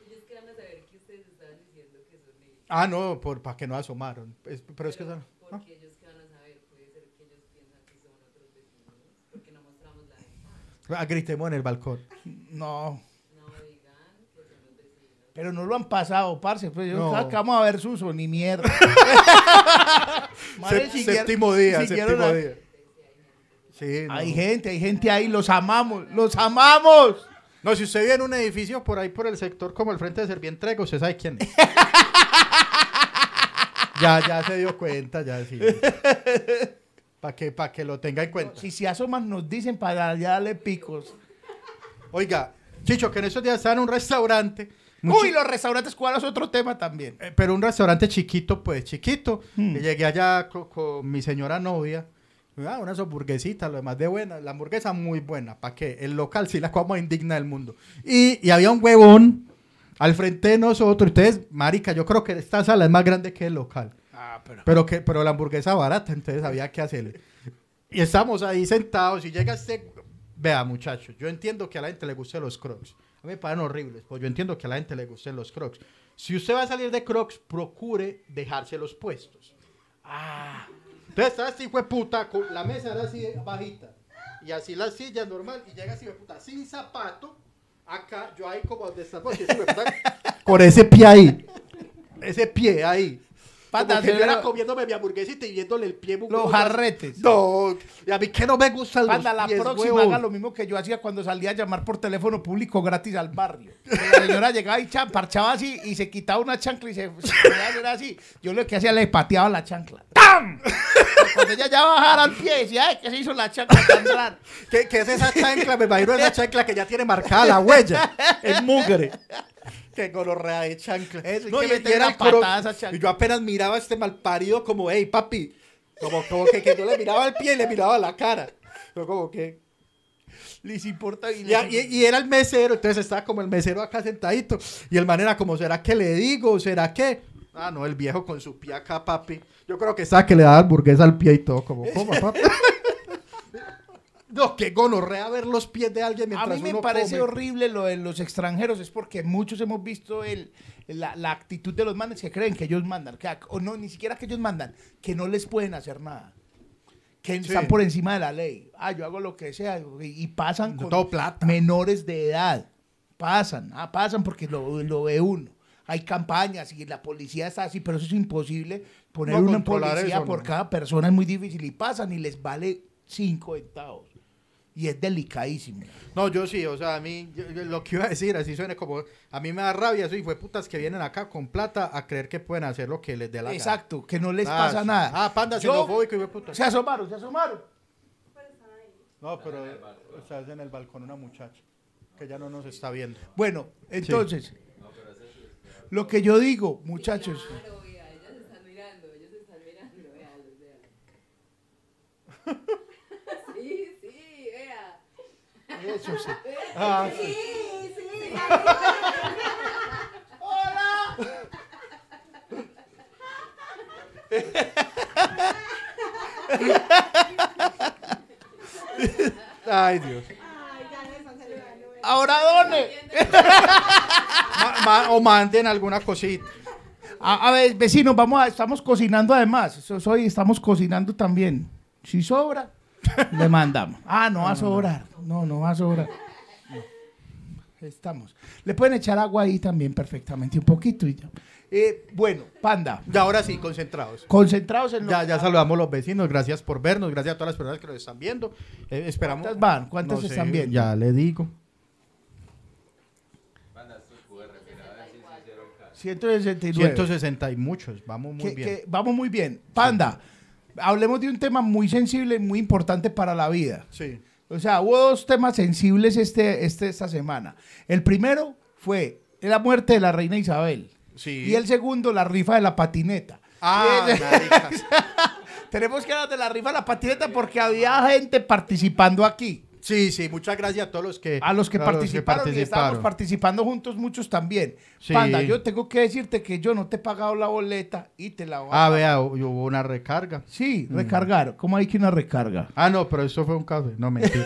S1: Ah, no, por para que no asomaron. Es- pero es que son- ¿no?
S5: Porque ellos que van a saber, puede ser que ellos piensan que son otros vecinos, porque no mostramos la ventana.
S1: Ah, gritemos en el balcón.
S3: No,
S5: No digan pues, que son los vecinos.
S3: pero no lo han pasado, parce. Pues yo
S1: No.
S3: creo que vamos a ver suso, ni mierda. Madre,
S1: Sep-
S3: siguieron-
S1: séptimo día,
S3: siguieron
S1: séptimo
S3: a-
S1: día. Sí, no.
S3: Hay gente, hay gente ahí, los amamos, los amamos.
S1: No, si usted vive en un edificio por ahí por el sector como el frente de Servientrego, usted sabe quién es. ya, ya se dio cuenta, ya sí. Para que, pa' que lo tenga en cuenta.
S3: Si se asoman, nos dicen para allá darle picos.
S1: Oiga, Chicho, que en esos días estaba en un restaurante. muy
S3: Uy,
S1: chi-
S3: los restaurantes, ¿cuál es otro tema también?
S1: eh, Pero un restaurante chiquito, pues chiquito.
S3: Hmm.
S1: Y llegué allá co- con, mi señora novia. Ah, unas hamburguesitas, lo demás de buena. La hamburguesa muy buena. ¿Para qué? El local sí la cosa más indigna del mundo. Y, y había un huevón al frente de nosotros. Ustedes, marica, yo creo que esta sala es más grande que el local.
S3: Ah, pero.
S1: Pero, que, pero la hamburguesa barata, entonces había que hacerle. Y estamos ahí sentados y llega este... Vea, muchachos, yo entiendo que a la gente le gusten los crocs. A mí me parecen horribles, pues yo entiendo que a la gente le gusten los crocs. Si usted va a salir de crocs, procure dejarse los puestos.
S3: Ah,
S1: Entonces estaba este hijo de puta, con la mesa era así de bajita. Y así la silla normal, y llega así de puta, sin zapato. Acá, yo este ahí como de estas Con ese pie ahí. Ese pie ahí.
S3: Pata,
S1: Como que yo era
S3: señora-
S1: comiéndome mi hamburguesita y viéndole el pie mucoso.
S3: Los jarretes.
S1: No, y a mí que no me gustan
S3: Panda,
S1: los
S3: la
S1: pies,
S3: próxima
S1: huevón.
S3: haga lo mismo que yo hacía cuando salía a llamar por teléfono público gratis al barrio. La señora llegaba y cha- parchaba así y se quitaba una chancla y se, se ponía a llorar así. Yo lo que hacía le pateaba la chancla. ¡Pam! Cuando ella ya bajara al pie, decía, ay, que se hizo la chancla tan rara.
S1: ¿Qué, qué es esa chancla? Me imagino es la chancla que ya tiene marcada la huella. Es mugre. Qué gonorrea de chancla.
S3: Eso, y que meterle
S1: era
S3: la
S1: el coro-
S3: patada a esa chancla.
S1: y yo apenas miraba a este malparido como, hey, papi. Como, como que, que yo le miraba al pie y le miraba la cara. Yo como que...
S3: Les importa y,
S1: Y, a- y- y era el mesero, entonces estaba como el mesero acá sentadito. Y el man era como, ¿será que le digo? ¿Será que...? Ah, no, el viejo con su pie acá, papi. Yo creo que estaba que le daba hamburguesa al pie y todo, como, coma, papi. No, qué gonorrea ver los pies de alguien
S3: A
S1: mientras
S3: mí me
S1: uno
S3: parece
S1: come.
S3: horrible lo de los extranjeros, es porque muchos hemos visto el, la, la actitud de los manes que creen que ellos mandan, que ac- o no, ni siquiera que ellos mandan, que no les pueden hacer nada, que están por encima de la ley. Ah, yo hago lo que sea y, y pasan con
S1: todo plata.
S3: menores de edad, pasan, ah, pasan porque lo, lo ve uno. Hay campañas y la policía está así, pero eso es imposible. Poner
S2: No,
S3: una
S2: controlar
S3: policía
S2: eso,
S3: por
S2: no.
S3: cada persona es muy difícil y pasan y les vale cinco centavos. Y es delicadísimo.
S1: No, yo sí, o sea, a mí, yo- yo lo que iba a decir, así suena como, a mí me da rabia eso y fue putas que vienen acá con plata a creer que pueden hacer lo que les dé la gana.
S3: Exacto, que no les
S1: Ah,
S3: pasa
S1: sí.
S3: nada.
S1: Ah, panda
S3: Yo-
S1: xenofóbico y puta.
S3: Se asomaron, se asomaron.
S1: No, pero estás en el balcón una muchacha que ya no nos está viendo.
S3: Bueno, entonces, lo que yo digo, muchachos,
S6: Claro, vea, ellas están mirando, ellos están mirando, véalos, véalos. Sí, sí, vea.
S1: Eso sí.
S6: Sí, sí,
S1: Ay, Dios.
S7: Ay, ya me están saludando. eh.
S3: ahora done.
S1: Ma- ma- o manden alguna cosita.
S3: A, a ver, vecinos, vamos a, estamos cocinando además. So- Hoy estamos cocinando también. Si sobra, le mandamos. Ah, no va a sobrar. No, no va a sobrar. No. Estamos. Le pueden echar agua ahí también perfectamente, un poquito y ya. Eh, bueno, panda,
S1: Y ahora sí, concentrados.
S3: concentrados en lo
S1: Ya, ya saludamos los vecinos, gracias por vernos, gracias a todas las personas que nos están viendo. Eh, esperamos.
S3: ¿Cuántas van? ¿Cuántas
S1: sé,
S3: están viendo?
S2: Ya le digo.
S8: Manda su QR, mira, a ver si se hicieron caso.
S3: 169.
S1: 160 y muchos, vamos muy
S3: que-
S1: bien.
S3: que vamos muy bien. Panda, hablemos de un tema muy sensible y muy importante para la vida.
S1: Sí.
S3: O sea, hubo dos temas sensibles este, este, esta semana. El primero fue la muerte de la reina Isabel.
S1: Sí.
S3: Y el segundo, la rifa de la patineta.
S1: Ah,
S3: Eh,
S1: marica.
S3: tenemos que hablar de la rifa de la patineta porque había gente participando aquí.
S1: Sí, sí, muchas gracias a todos los que
S3: A los que, participaron, y estábamos
S2: participaron.
S3: participando juntos muchos también.
S2: Sí.
S3: Panda, yo tengo que decirte que yo no te he pagado la boleta y te la voy a
S2: Ah, vea, hu- hubo una recarga.
S3: Sí,
S1: Mm.
S3: recargar. ¿Cómo hay que una recarga?
S2: Ah, no, pero eso fue un café. No, mentira.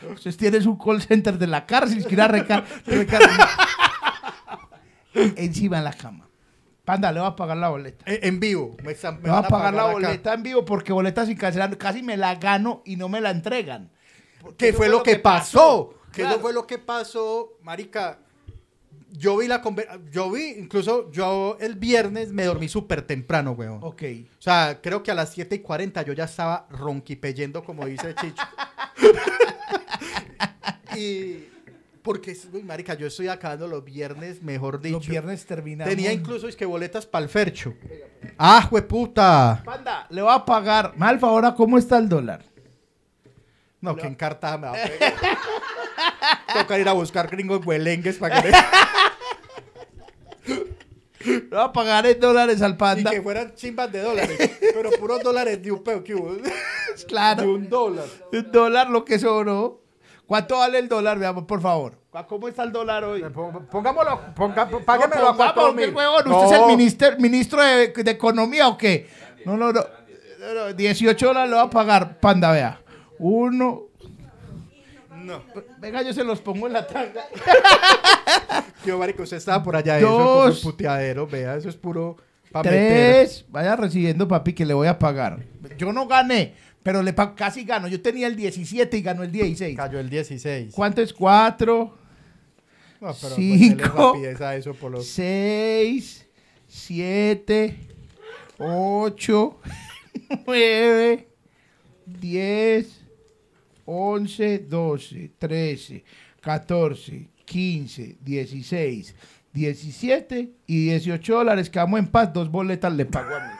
S3: Entonces tienes un call center de la cárcel que una recar- recarga. Encima en la cama. Panda, le va a pagar la boleta.
S1: Eh, en vivo. Me, están, me
S3: Me va a
S1: van
S3: pagar la
S1: acá.
S3: boleta en vivo porque boleta sin cancelar casi me la gano y no me la entregan.
S1: ¿Qué
S3: Eso
S1: fue lo que pasó? ¿Qué
S3: Claro.
S1: fue lo que pasó, marica? Yo vi la conver- yo vi, incluso yo el viernes me dormí súper temprano, weón.
S3: Ok.
S1: O sea, creo que a las 7 y 40 yo ya estaba ronquipeyendo, como dice Chicho. y porque, uy, marica, yo estoy acabando los viernes, mejor dicho.
S3: Los viernes terminamos.
S1: Tenía incluso es que boletas para el fercho. ¡Ah, jueputa!
S3: Panda, le va a pagar. Mal ahora, ¿cómo está el dólar?
S1: No, que en carta me va a pegar. Toca ir a buscar gringos huelengues para que
S3: Le va a pagar en dólares al
S1: Y
S3: panda.
S1: que fueran chimbas de dólares. pero puros dólares de un peo que hubo.
S3: Claro.
S1: De un dólar.
S3: Un dólar lo que sobró. ¿Cuánto vale el dólar? Veamos, por favor. ¿Cómo está el dólar hoy?
S1: Pongámoslo,
S3: Páguemelo a cuatro mil. ¿Usted es el minister- ministro de, de Economía o qué? No, no, no. No, no, 18 dólares lo va a pagar, panda, vea. Uno.
S1: No.
S3: Venga, yo se los pongo en la tanga.
S1: Yo, marico, usted estaba por allá.
S3: Dos.
S1: Eso es puro puteadero, vea. Eso es puro pa' meter.
S3: Tres. Vaya recibiendo, papi, que le voy a pagar. Yo no gané, pero le pa- casi gano. Yo tenía el 17 y ganó el 16.
S1: Cayó el 16.
S3: ¿Cuánto es? Cuatro,
S1: No, pero pues,
S3: Cinco.
S1: ponele rapidez a eso por los...
S3: seis, siete, 8, 9, 10, 11, 12, 13, 14, 15, 16, 17 y 18 dólares. Quedamos en paz, dos boletas le pago a mí.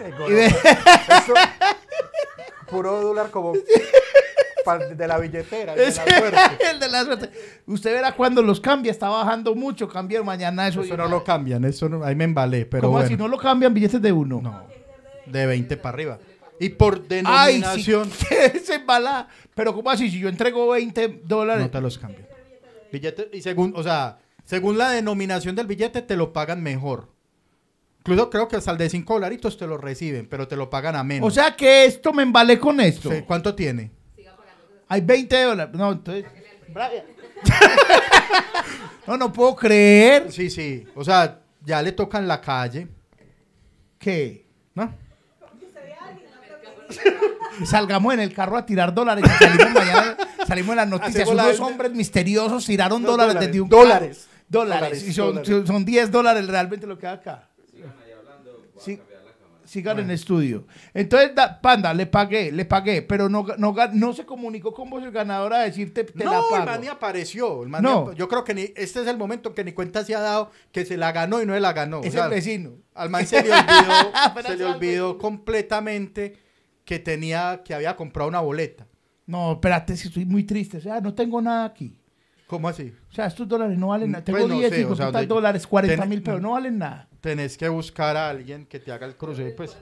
S3: Y de-
S1: Eso, puro dólar como pa- de la billetera. De la suerte.
S3: el de la suerte. Usted verá cuando los cambia, está bajando mucho, cambiar mañana eso.
S1: Eso
S3: y-
S1: no Pues lo cambian, eso no- ahí me embalé, pero
S3: ¿Cómo
S1: bueno.
S3: así? ¿No lo cambian billetes de uno?
S1: No, de 20 para arriba. Y por
S3: Ay,
S1: denominación
S3: sí, se embala. Pero ¿cómo así? Si yo entrego 20 dólares.
S1: no te los cambian. Billete, y según, o sea, según la denominación del billete te lo pagan mejor. Incluso creo que hasta el de 5 dolaritos te lo reciben, pero te lo pagan a menos.
S3: o sea que esto me embalé con esto.
S1: Sí, ¿cuánto tiene?
S3: Hay 20 dólares. No, entonces. Brian. no, no puedo creer
S1: Sí, sí. O sea, ya le tocan la calle,
S3: que
S1: ¿no?
S3: salgamos en el carro a tirar dólares. y salimos mañana, salimos en las noticias.
S1: Hacemos la-
S3: unos hombres misteriosos tiraron
S1: Los
S3: dólares,
S1: dólares,
S3: desde un
S1: dólares,
S3: carro. Dólares.
S1: dólares,
S3: Y son,
S1: dólares.
S3: son 10 dólares realmente lo que hay acá. Sí. Sigan en estudio. Entonces, da- Panda, le pagué, le pagué, pero no, no, ga- no se comunicó con vos el ganador a decirte, te la
S1: no, el
S3: pago.
S1: man ni apareció. el man
S3: No.
S1: ni ap- yo creo que ni, este es el momento que ni cuenta se ha dado que se la ganó y no se la ganó. O
S3: es
S1: sea,
S3: el vecino.
S1: Al man se le olvidó, se le
S3: algo.
S1: olvidó completamente que tenía, que había comprado una boleta.
S3: No, espérate, si estoy muy triste. O sea, no tengo nada aquí.
S1: ¿Cómo así?
S3: O sea, estos dólares no valen nada.
S1: Pues
S3: Tengo
S1: no
S3: 10
S1: sé, o
S3: hijos
S1: sea,
S3: de puta,
S1: de-
S3: dólares, 40 mil,
S1: ten-
S3: pero no valen nada.
S1: Tenés que buscar a alguien que te haga el cruce, pues.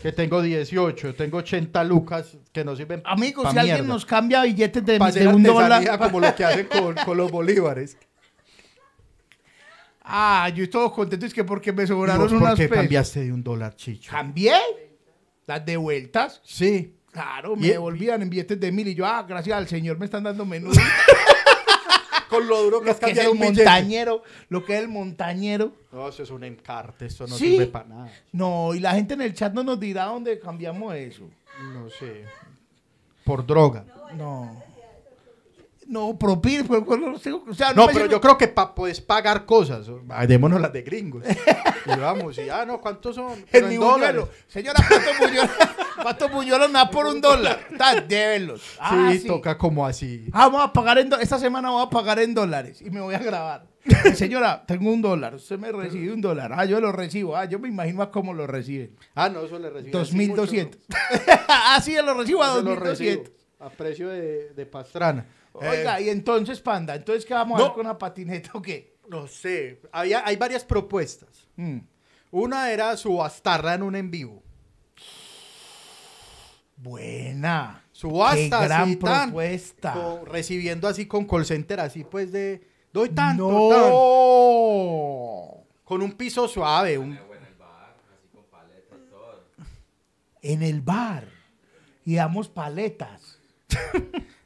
S1: Que tengo 18, tengo 80 lucas que no sirven
S3: Amigos,
S1: pa'
S3: si alguien
S1: mierda.
S3: nos cambia billetes de,
S1: Pa'
S3: de
S1: hacer
S3: un
S1: artesanía
S3: dólar.
S1: como lo que hacen con, con los bolívares.
S3: Ah, yo estoy contento, es que porque me sobraron
S1: ¿Y vos ¿Por
S3: unas
S1: qué
S3: pesos.
S1: cambiaste de un dólar, Chicho?
S3: ¿Cambié? Las de vueltas.
S1: Sí.
S3: Claro,
S1: Y-
S3: me devolvían en billetes de mil y yo, ah, gracias al señor me están dando menudo.
S1: Con lo duro que has
S3: que es el
S1: cambiado un billete.
S3: montañero, lo que es el montañero.
S1: No, eso es un encarte, eso no
S3: Sí.
S1: sirve para nada.
S3: No, y la gente en el chat no nos dirá dónde cambiamos eso.
S1: No sé. Por droga.
S3: No. No, propina, pero cuando los tengo- o sea,
S1: No,
S3: me
S1: pero
S3: sirve-
S1: yo creo que para puedes pagar cosas, ay, démonos las de gringos. y vamos, y ah, no, ¿cuántos son? Pero
S3: En mi
S1: en dólares.
S3: buñuelo. Señora, Pato Buñuelo, Pato Buñuelo nada por un dólar. Está, débelos. Ah,
S1: sí, toca como así.
S3: Ah, voy a pagar en do- Esta semana voy a pagar en dólares y me voy a grabar. Eh, Señora, tengo un dólar. Usted me recibe un dólar. Ah, yo lo recibo. Ah, yo me imagino a cómo lo reciben.
S1: Ah, no, eso le reciben. así mucho,
S3: 2200. ah, sí, yo lo recibo
S1: ¿no?
S3: a
S1: Eso lo recibo,
S3: 2200.
S1: A precio de, de pastrana.
S3: Oiga,
S1: Eh,
S3: y entonces, panda, entonces, ¿qué vamos a
S1: No.
S3: hacer con la patineta o qué?
S1: no sé. Había, hay varias propuestas.
S3: Mm.
S1: Una era subastarla en un en vivo.
S3: Buena.
S1: Subasta,
S3: Qué gran
S1: así, tan,
S3: propuesta.
S1: con- recibiendo así con call center, así pues de. Doy tanto, tan,
S3: no.
S1: con un piso suave, un,
S3: En el bar. Y damos paletas.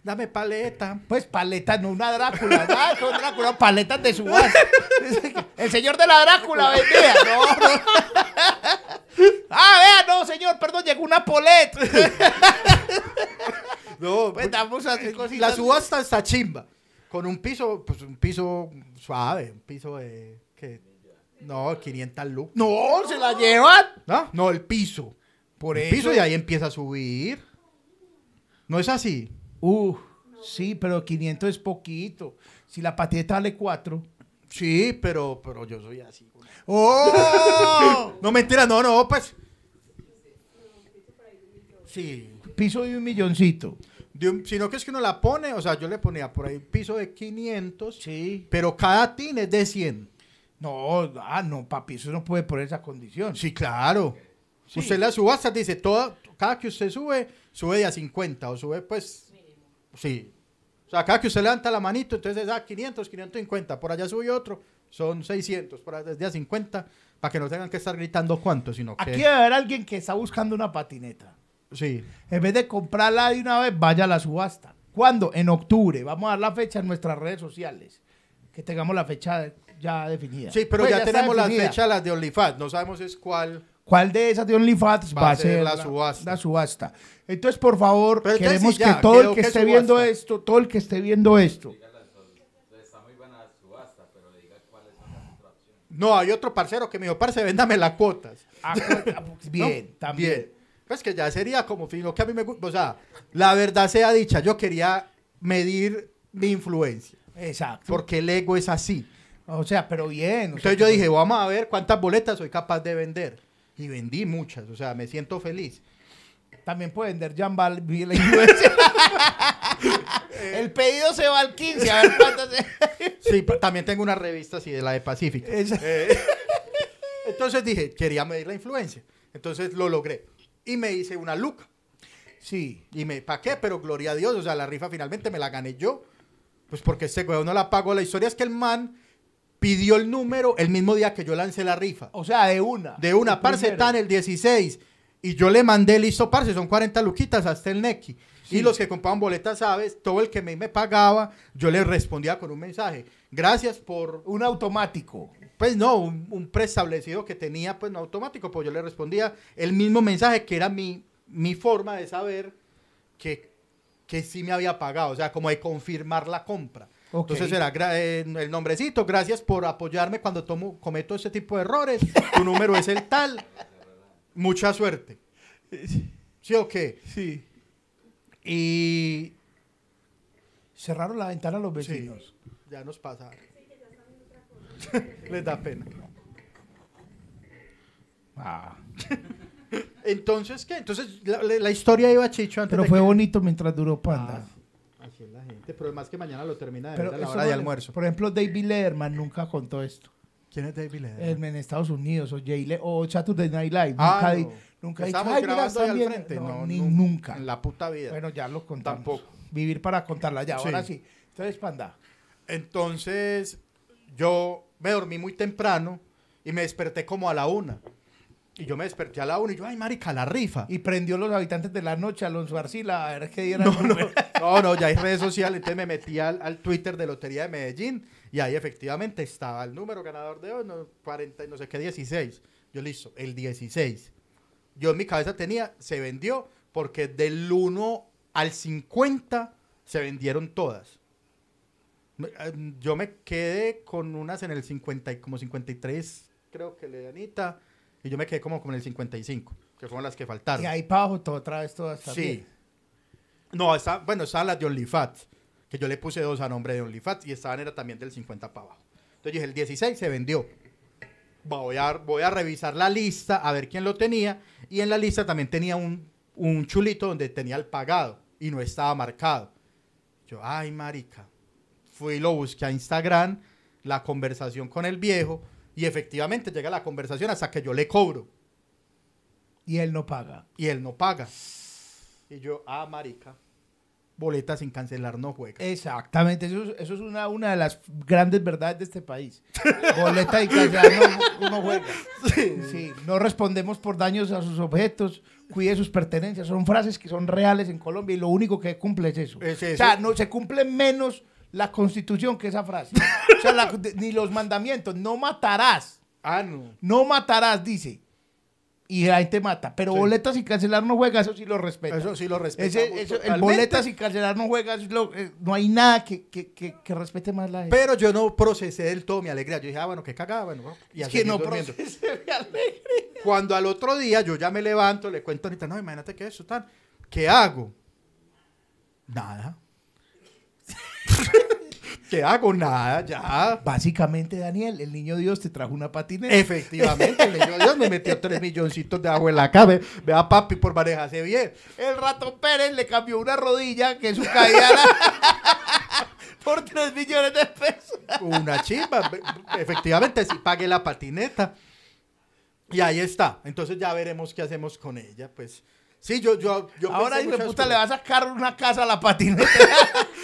S1: dame paleta.
S3: Pues paletas, no una Drácula. Nada con Drácula, paletas de subasta. El señor de la Drácula vendía. No, no. Ah, vea, no, señor, perdón, llegó una polet.
S1: No, eh,
S3: Pues damos así cositas.
S1: La subasta está chimba. Con un piso, pues un piso suave, un piso de. Que, no, 500 lucas.
S3: No, se la llevan.
S1: ¿No? No, el piso.
S3: Por
S1: el
S3: eso.
S1: piso y ahí empieza a subir. No es así.
S3: Uh, sí, pero 500 es poquito. Si la patineta vale 4.
S1: Sí, pero, pero yo soy así. güey.
S3: ¡Oh!
S1: No, mentira, no, no, pues. Sí.
S3: Piso de un milloncito.
S1: De un- sino que es que uno la pone, o sea, yo le ponía por ahí un piso de 500,
S3: Sí.
S1: pero cada tin es de 100.
S3: No, ah, no, papi, eso no puede poner esa condición.
S1: Sí, claro. Usted la subasta dice, toda, cada que usted sube, sube de a 50 o sube pues... Sí. O sea, cada que usted levanta la manito, entonces da 500, 550. Por allá sube otro, son 600. Por allá desde a 50, para que no tengan que estar gritando cuánto, sino que...
S3: Aquí debe haber alguien que está buscando una patineta.
S1: Sí.
S3: En vez de comprarla de una vez, vaya a la subasta. ¿Cuándo? En octubre. Vamos a dar la fecha en nuestras redes sociales. Que tengamos la fecha ya definida.
S1: Sí, pero
S3: Pues,
S1: ya,
S3: está
S1: tenemos las
S3: definida.
S1: fechas, las de OnlyFans. No sabemos es cuál...
S3: ¿Cuál de esas de OnlyFans va, a ser la,
S1: subasta.
S3: la subasta? Entonces, por favor,
S1: Pero entonces
S3: queremos
S1: sí, ya,
S3: que todo el
S1: quedó
S3: que
S1: que
S3: esté
S1: subasta.
S3: viendo esto, todo el que esté viendo esto,
S8: Está muy buena la subasta, pero diga cuáles son las otras opciones.
S1: No, hay otro parcero que me dijo, parce, véndame las cuotas.
S3: Ah, ah, Bien,
S1: ¿no?
S3: también.
S1: pues, Bien. Pues que ya sería como fino que a mí me gusta. O sea, la verdad sea dicha, yo quería medir mi influencia.
S3: Exacto.
S1: Porque el ego es así.
S3: o sea, pero bien. o sea, pues,
S1: Entonces yo dije, vamos a ver cuántas boletas soy capaz de vender. Y vendí muchas, o sea, me siento feliz.
S3: También puede vender Jambal la influencia. El pedido se va al 15, a ver cuánto se...
S1: Sí, pa- también tengo una revista así de la de Pacífico. Eh, Entonces dije, quería medir la influencia. Entonces lo logré. Y me hice una luca.
S3: Sí.
S1: Y me, ¿para qué? Pero gloria a Dios, o sea, la rifa finalmente me la gané yo. Pues porque este weón no la pagó. La historia es que el man pidió el número el mismo día que yo lancé la rifa.
S3: O sea, de una.
S1: De una, parce,
S3: Primero.
S1: tan el 16. Y yo le mandé listo, parce, son 40 luquitas hasta el Nequi. Y los que compraban boletas, sabes, todo el que me, me pagaba, yo le respondía con un mensaje. Gracias por
S3: Un automático.
S1: pues no, un, un preestablecido que tenía, pues no automático, pues yo le respondía el mismo mensaje que era mi, mi forma de saber que, que sí me había pagado, o sea, como de confirmar la compra.
S3: Ok.
S1: Entonces era gra- eh, el nombrecito, gracias por apoyarme cuando tomo, cometo este tipo de errores, tu número es el tal, mucha suerte. ¿Sí o qué?
S3: Sí.
S1: Y
S3: Cerraron la ventana a los vecinos.
S1: ya nos pasa. Les da pena.
S3: Ah.
S1: Entonces, ¿qué? Entonces, la, la- la historia iba chicho antes
S3: Pero
S1: de
S3: fue
S1: que-
S3: bonito mientras duró Panda.
S1: Así es la gente. Pero más que mañana lo termina de
S3: Pero
S1: ver a la
S3: eso
S1: hora
S3: no
S1: de
S3: le-
S1: almuerzo.
S3: Por ejemplo, David Letterman nunca contó esto.
S1: ¿Quién es David
S3: En, en Estados Unidos o, Jay Le- o Saturday Night Live.
S1: Ah,
S3: nunca
S1: no.
S3: di- nunca dijo,
S1: Estamos
S3: "Ay, mira,
S1: grabando ahí
S3: están
S1: al
S3: bien".
S1: frente.
S3: No,
S1: No,
S3: ni-
S1: nu-
S3: nunca.
S1: En la puta vida.
S3: Bueno, ya lo contamos.
S1: Tampoco.
S3: Vivir para contarla ya.
S1: Sí.
S3: Ahora sí. Entonces, Panda.
S1: Entonces, yo me dormí muy temprano y me desperté como a la una. Y yo me desperté a la una y yo, ay, marica, la rifa.
S3: Y prendió los habitantes de la noche, Alonso Arcila, a ver qué dieron.
S1: No, no, no, no, ya hay redes sociales. Entonces me metí al, al Twitter de Lotería de Medellín y ahí efectivamente estaba el número ganador de hoy, no, 40, y no sé qué, 16. Yo listo, el 16. Yo en mi cabeza tenía, se vendió porque del 1 al 50 se vendieron todas. Me- eh, Yo me quedé con unas en el 50, y- como 53, creo que le de Anita, y yo me quedé como con el 55, que fueron las que faltaron.
S3: Y ahí para abajo todo, otra vez todas
S1: Sí.
S3: también.
S1: No, está, bueno, estaban las de OnlyFans, que yo le puse dos a nombre de OnlyFans y estaban era también del 50 para abajo. Entonces dije, el 16 se vendió. Voy a, voy a revisar la lista, a ver quién lo tenía. Y en la lista también tenía un, un chulito donde tenía el pagado y no estaba marcado. Yo, ay, marica. Fui y lo busqué a Instagram, la conversación con el viejo, y efectivamente llega la conversación hasta que yo le cobro
S3: Y él no paga.
S1: y él no paga. Y yo, ah, marica, boleta sin cancelar no juega.
S3: Exactamente, eso, es- eso es una, una de las grandes verdades de este país. Boleta y castellano uno juega. Sí, no respondemos por daños a sus objetos, cuide sus pertenencias. Son frases que son reales en Colombia y lo único que cumple es eso.
S1: Es eso.
S3: O sea, no se cumple menos la constitución que esa frase. O sea, la- ni los mandamientos. No matarás,
S1: Ah, no.
S3: no matarás, dice. Y la gente mata. Pero
S1: Sí.
S3: boletas y cancelar no juega, eso sí lo respeta.
S1: Eso sí lo
S3: Ese-
S1: respetamos
S3: eso- el
S1: totalmente.
S3: boleta sin cancelar no juega, es lo- eh, no hay nada que, que- que- que respete más la gente.
S1: Pero yo no procesé del todo mi alegría. Yo dije, ah, bueno, que cagaba, bueno. bueno, Y
S3: Es
S1: así
S3: que no
S1: durmiendo.
S3: procese, me alegra.
S1: Cuando al otro día yo ya me levanto, le cuento ahorita, no, imagínate que eso tal. ¿Qué hago? Nada. ¿Qué hago? Nada, ya.
S3: Básicamente, Daniel, el niño Dios te trajo una patineta.
S1: Eh. Efectivamente, le digo, Dios me metió tres milloncitos de agua en la cabeza. Vea, papi, por manejarse bien.
S3: El ratón Pérez le cambió una rodilla que su caída era- por 3 millones de pesos.
S1: Una chimba. Be- Efectivamente, sí pagué la patineta. Y ahí está. Entonces ya veremos qué hacemos con ella, pues. Sí, yo, yo, yo
S3: Ahora,
S1: pensé
S3: hijo de
S1: muchas
S3: puta, le va a
S1: cosas.
S3: sacar una casa a la patineta.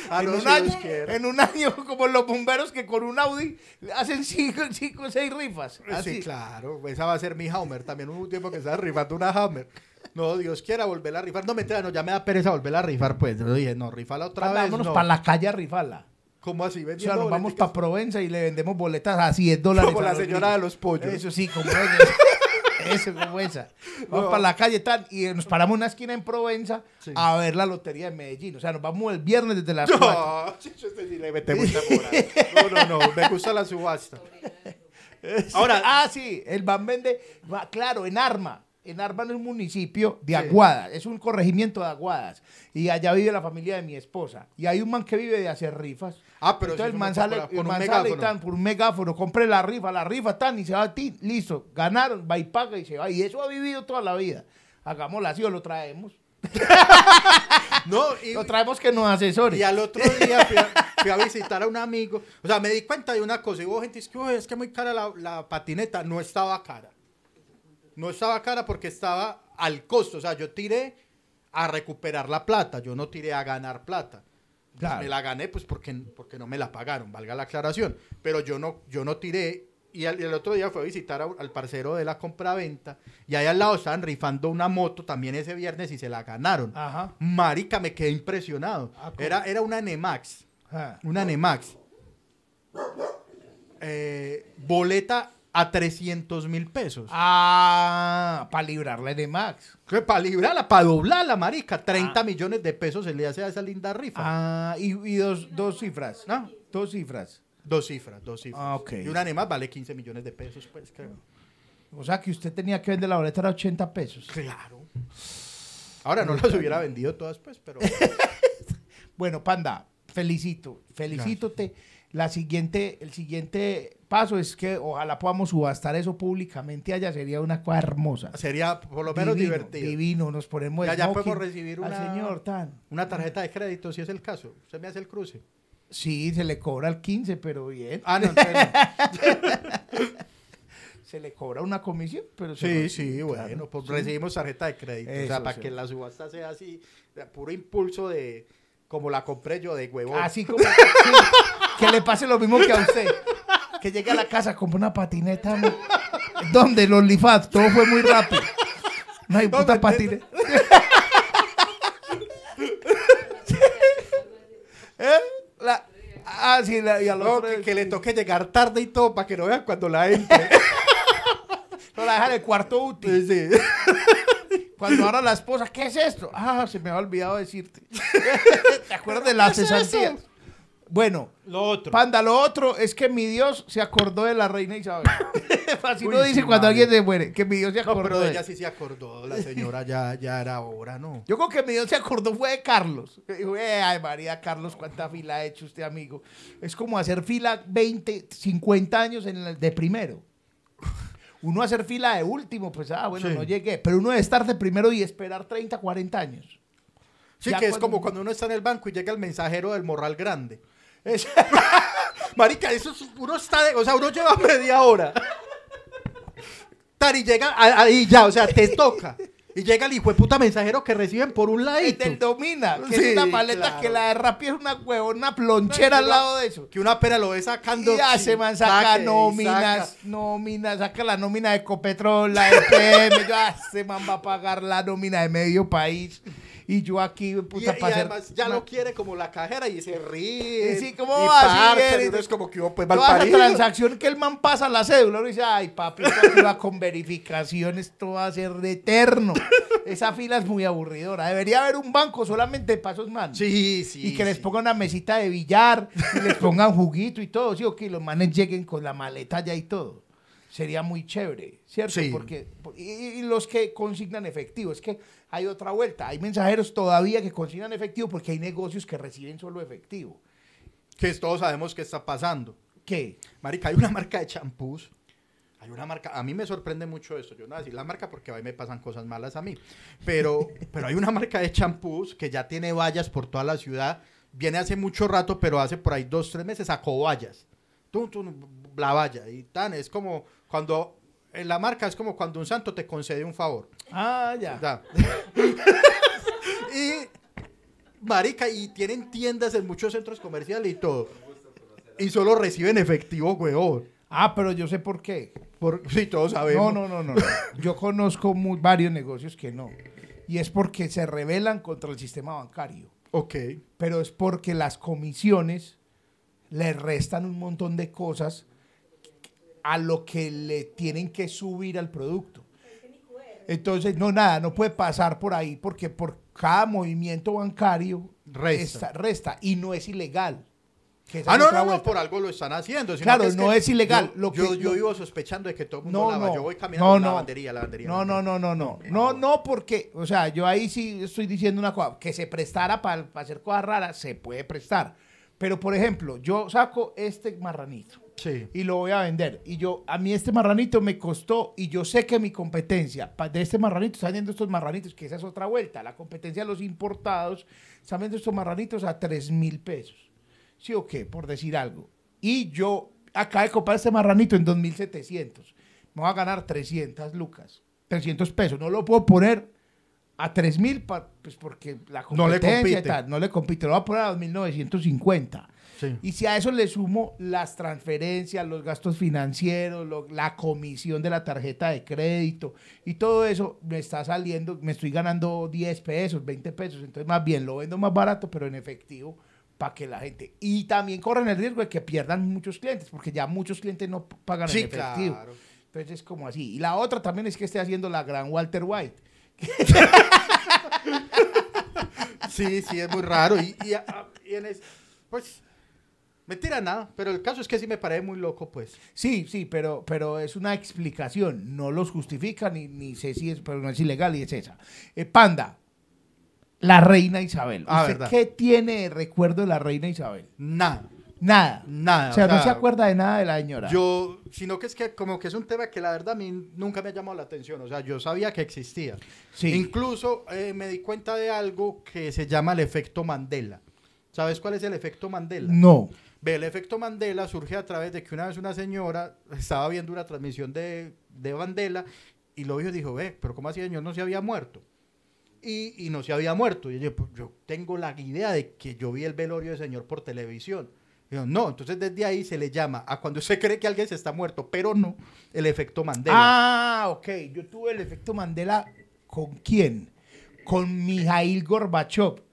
S1: Ah,
S3: en,
S1: no,
S3: un
S1: si
S3: año, Eh,
S1: Dios quiere.
S3: en un año, como los bomberos que con un Audi hacen 5 o 6 rifas.
S1: ah, Sí,
S3: Así.
S1: claro. Esa va a ser mi Hammer. También hubo un tiempo que estaba rifando una Hammer. No, Dios quiera volver a rifar. No, mentira, no, ya me da pereza volver a rifar, pues. Yo dije, no, rifala otra vez.
S3: Vámonos
S1: no.
S3: para la calle a rifarla.
S1: ¿Cómo así?
S3: O sea,
S1: vendiendo
S3: nos vamos
S1: boleticas?
S3: para Provenza y le vendemos boletas a 10 dólares.
S1: Como
S3: a
S1: la
S3: los
S1: señora
S3: niños.
S1: de los pollos.
S3: Eso sí, como esa. Eso, como esa. Vamos
S1: No.
S3: para la calle tal y nos paramos en una esquina en Provenza
S1: Sí.
S3: a ver la lotería de Medellín. O sea, nos vamos el viernes desde las 4.
S1: No, Chicho, este sí le mete mucha moral. No, no, no. Me gusta la subasta.
S3: Ahora, ah, sí, el Van vende, va- claro, en Arma. En Arma es un municipio de Aguadas, es un corregimiento de Aguadas. Y allá vive la familia de mi esposa. Y hay un man que vive de hacer rifas.
S1: Ah, pero
S3: Entonces
S1: si
S3: el
S1: eso
S3: man
S1: me
S3: sale,
S1: compra
S3: el
S1: con un
S3: man sale y
S1: megáfono.
S3: tan por un megáfono, compré la rifa, la rifa tan y se va a ti, listo, ganaron, va y paga y se va. Y eso ha vivido toda la vida. Hagámosla así o lo traemos.
S1: Ah, No, y,
S3: Lo traemos que nos asesore.
S1: y al otro día fui a, fui a visitar a un amigo. O sea, me di cuenta de una cosa. Y hubo gente que dice, "Uy, es que muy cara la, la patineta. No estaba cara. No estaba cara porque estaba al costo. O sea, yo tiré a recuperar la plata. Yo no tiré a ganar plata. Pues
S3: Claro.
S1: me la gané pues porque, porque no me la pagaron, valga la aclaración. Pero yo no, yo no tiré. Y al- el otro día fue a visitar a un- al parcero de la compraventa. Y ahí al lado estaban rifando una moto también ese viernes y se la ganaron.
S3: Ajá.
S1: Marica, me quedé impresionado.
S3: Ah, ¿cómo?
S1: Era, era una Nemax.
S3: Ah.
S1: Una Nemax. Eh, boleta a 300 mil pesos.
S3: Ah, para librarle de Max.
S1: Para librarla, para doblarla, marica. 30 millones de pesos se le hace a esa linda rifa.
S3: Ah, y, y dos, dos cifras, ¿no? Dos cifras.
S1: Dos cifras, dos cifras.
S3: Ah, ok.
S1: Y una Nemax vale 15 millones de pesos, pues, creo.
S3: O sea que usted tenía que vender la boleta a 80 pesos.
S1: Claro. Ahora no las hubiera vendido todas, pues, pero...
S3: Bueno, Panda, felicito, felicítote. La siguiente, el siguiente paso es que ojalá podamos subastar eso públicamente allá, sería una cosa hermosa.
S1: Sería por lo menos
S3: divino,
S1: divertido.
S3: Divino, nos ponemos
S1: Ya- ya
S3: smoking
S1: podemos recibir
S3: al
S1: una-
S3: señor tan.
S1: Una tarjeta de crédito, si es el caso. Usted me hace el cruce.
S3: Sí, se le cobra el 15, pero bien.
S1: Ah, no, entonces no.
S3: Se le cobra una comisión, pero se
S1: Sí,
S3: lo-
S1: sí,
S3: claro,
S1: bueno, pues
S3: sí.
S1: recibimos tarjeta de crédito. o
S3: Eso,
S1: sea, para
S3: sí.
S1: que la subasta sea así, de puro impulso de como la compré yo de huevón.
S3: Así como sí, que le pase lo mismo que a usted. Que llegue a la casa, compra una patineta. ¿no? Donde los lifat, todo fue muy rápido. No hay puta patineta. ¿Eh? La- ah, sí, la- y al
S1: No,
S3: otro
S1: que, que le toque llegar tarde y todo para que no vean cuando la entre.
S3: no la deja en el cuarto útil.
S1: Sí, sí.
S3: Cuando ahora la esposa, ¿qué es esto? Ah, se me había olvidado decirte. ¿Te acuerdas de las cesantías? Bueno,
S1: Lo otro.
S3: Panda, lo otro es que mi Dios se acordó de la reina Isabel. Así
S1: Uy,
S3: lo dice
S1: sí,
S3: cuando
S1: madre.
S3: alguien se muere, que mi Dios se acordó.
S1: No, pero
S3: de
S1: ella
S3: él.
S1: sí se acordó, la señora ya, ya era hora, ¿no?
S3: Yo creo que mi Dios se acordó fue de Carlos. Que dijo, "Eh, ay María Carlos, cuánta fila ha hecho usted, amigo. Es como hacer fila 20, 50 años en el de primero. Uno hacer fila de último, pues, ah, bueno,
S1: Sí.
S3: no llegué. Pero uno debe estar de primero y esperar 30, 40 años.
S1: Sí,
S3: Ya
S1: que es
S3: cuando-
S1: como cuando uno está en el banco y llega el mensajero del morral grande. Es- Marica, eso es, uno está, de- o sea, uno lleva media hora. Tari llega a- ahí ya, o sea, te toca. Y llega el hijo de puta mensajero que reciben por un
S3: El del
S1: ladito.
S3: domina, que
S1: Sí,
S3: es una paleta
S1: claro.
S3: que la de Rappi es una huevona plonchera al lado de eso.
S1: Que una pera lo ve sacando.
S3: Y hace man saca
S1: saque,
S3: nóminas,
S1: saca.
S3: nóminas, saca la nómina de Copetrol, la de PM, yo, ah, ese man va a pagar la nómina de medio país. Y yo aquí,
S1: Y,
S3: puta,
S1: y
S3: pa' hacer-
S1: además ya
S3: ma-
S1: lo quiere como la cajera y se ríe.
S3: Y sí, ¿cómo
S1: y
S3: va a
S1: parcha,
S3: ser?
S1: y uno es como que oh, pues
S3: Toda esa
S1: malparido.
S3: transacción que el man pasa a la cédula, uno dice, ay papi, esta fila con verificación, esto va a ser de eterno. Esa fila es muy aburridora. Debería haber un banco solamente para esos manos.
S1: Sí, sí.
S3: y que les
S1: sí.
S3: pongan una mesita de billar, y les pongan juguito y todo, ¿sí? O que los manes lleguen con la maleta ya y todo. Sería muy chévere, ¿cierto?
S1: Sí.
S3: Porque, por- y, y los que consignan efectivo, es que hay otra vuelta. Hay mensajeros todavía que consignan efectivo porque hay negocios que reciben solo efectivo.
S1: Que todos sabemos qué está pasando.
S3: ¿Qué?
S1: Marica, hay una marca de champús. Hay una marca, a mí me sorprende mucho eso. Yo no voy a decir la marca porque ahí me pasan cosas malas a mí. Pero, pero hay una marca de champús que ya tiene vallas por toda la ciudad. Viene hace mucho rato, pero hace por ahí dos, tres meses sacó vallas. Tum, tum, la valla. Y tan, es como cuando, en la marca es como cuando un santo te concede un favor.
S3: Ah, ya.
S1: Ya. y marica, y tienen tiendas en muchos centros comerciales y todo. Y solo reciben efectivo, huevón.
S3: Ah, pero yo sé por qué.
S1: Por, sí, todos
S3: No,
S1: sabemos.
S3: no, no, no. no. Yo conozco mu- varios negocios que no. Y es porque se rebelan contra el sistema bancario.
S1: Ok.
S3: pero es porque las comisiones le restan un montón de cosas a lo que le tienen que subir al producto. Entonces, no, nada, no puede pasar por ahí porque por cada movimiento bancario
S1: Resta.
S3: está- resta y no es ilegal. Que esa
S1: Ah,
S3: es
S1: no,
S3: otra
S1: no, no,
S3: vuelta.
S1: por algo lo están haciendo. sino
S3: Claro,
S1: que
S3: no
S1: que
S3: es ilegal,
S1: Yo,
S3: lo que-
S1: yo, yo
S3: lo-
S1: vivo sospechando de que todo el mundo
S3: No,
S1: lava.
S3: no.
S1: Yo voy caminando
S3: No,
S1: la
S3: no.
S1: lavandería, lavandería.
S3: No, no, no, no, no.
S1: Eh,
S3: No, no, porque, o sea, yo ahí sí estoy diciendo una cosa, que se prestara para hacer cosas raras, se puede prestar. Pero, por ejemplo, yo saco este marranito
S1: Sí.
S3: y lo voy a vender. Y yo, a mí este marranito me costó y yo sé que mi competencia pa- de este marranito, están viendo estos marranitos, que esa es otra vuelta, la competencia de los importados, están viendo estos marranitos a 3 mil pesos. ¿Sí o qué? Por decir algo. Y yo acabo de comprar este marranito en 2.700. Me voy a ganar 300 lucas, 300 pesos. No lo puedo poner a 3.000 pa- pues porque la
S1: No le
S3: competencia y
S1: compite.
S3: tal, no le compite. Lo voy a poner a 2.950.
S1: Sí.
S3: Y si a eso le sumo las transferencias, los gastos financieros, lo- la comisión de la tarjeta de crédito y todo eso, me está saliendo, me estoy ganando 10 pesos, 20 pesos. Entonces, más bien lo vendo más barato, pero en efectivo, para que la gente. Y también corren el riesgo de que pierdan muchos clientes, porque ya muchos clientes no p- pagan
S1: Sí,
S3: en efectivo.
S1: claro.
S3: Entonces, es como así. Y la otra también es que esté haciendo la gran Walter White.
S1: Sí, sí, es muy raro. Y, y, ah, y en es- pues, mentira nada, pero el caso es que sí me paré muy loco, pues.
S3: Sí, sí, pero, pero es una explicación. No los justifica ni, ni sé si es, pero no es ilegal y es esa. Eh, Panda, la reina Isabel.
S1: Ah,
S3: ¿Usted
S1: verdad.
S3: ¿Qué tiene de recuerdo de la reina Isabel?
S1: Nada,
S3: Nada.
S1: nada.
S3: o sea,
S1: o
S3: no se
S1: sea,
S3: acuerda de nada de la señora.
S1: Yo, sino que es que como que es un tema que la verdad a mí nunca me ha llamado la atención, o sea, yo sabía que existía.
S3: Sí.
S1: Incluso eh, me di cuenta de algo que se llama el efecto Mandela. ¿Sabes cuál es el efecto Mandela?
S3: no.
S1: Ve, el efecto Mandela surge a través de que una vez una señora estaba viendo una transmisión de, de Mandela y lo vio y dijo, ve, pero ¿cómo así el señor no se había muerto? Y, y no se había muerto. Y yo, pues, yo tengo la idea de que yo vi el velorio del señor por televisión. Y yo, no, entonces desde ahí se le llama a cuando usted cree que alguien se está muerto, pero no, el efecto Mandela.
S3: Ah, ok. Yo tuve el efecto Mandela con quién? Con Mijail Gorbachev,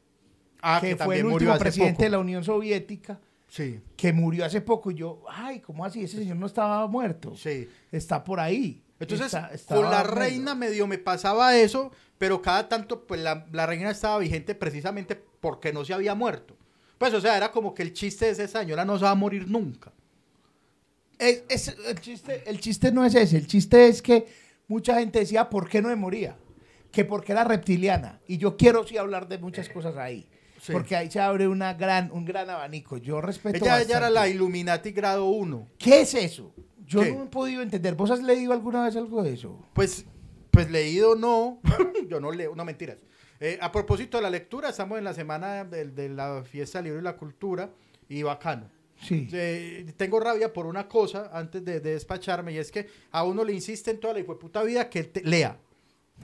S1: Ah,
S3: que, fue el último presidente de la Unión Soviética,
S1: Sí,
S3: que murió hace poco. Y yo, ay, ¿cómo así? Ese señor no estaba muerto.
S1: sí.
S3: está por ahí.
S1: Entonces,
S3: Está- estaba
S1: con la
S3: medio.
S1: reina medio me pasaba eso, pero cada tanto, pues la, la reina estaba vigente precisamente porque no se había muerto. Pues, o sea, era como que el chiste es esa señora no se va a morir nunca.
S3: Es- es- el, chiste, el chiste no es ese, el chiste es que mucha gente decía, ¿por qué no me moría? Que porque era reptiliana. Y yo quiero sí hablar de muchas cosas ahí.
S1: Eh, Sí.
S3: Porque ahí se abre una gran, un gran abanico. Yo respeto.
S1: Ella, ella era
S3: bastante.
S1: la Illuminati grado 1.
S3: ¿Qué es eso? Yo
S1: ¿Qué?
S3: no he podido entender. ¿Vos has leído alguna vez algo de eso?
S1: Pues, pues leído no, yo no leo, no mentiras. Eh, a propósito de la lectura, estamos en la semana del- de, la fiesta del libro y la cultura y bacano.
S3: Sí.
S1: Eh, tengo rabia por una cosa antes de, de despacharme y es que a uno le insisten toda la hijueputa vida que te- lea.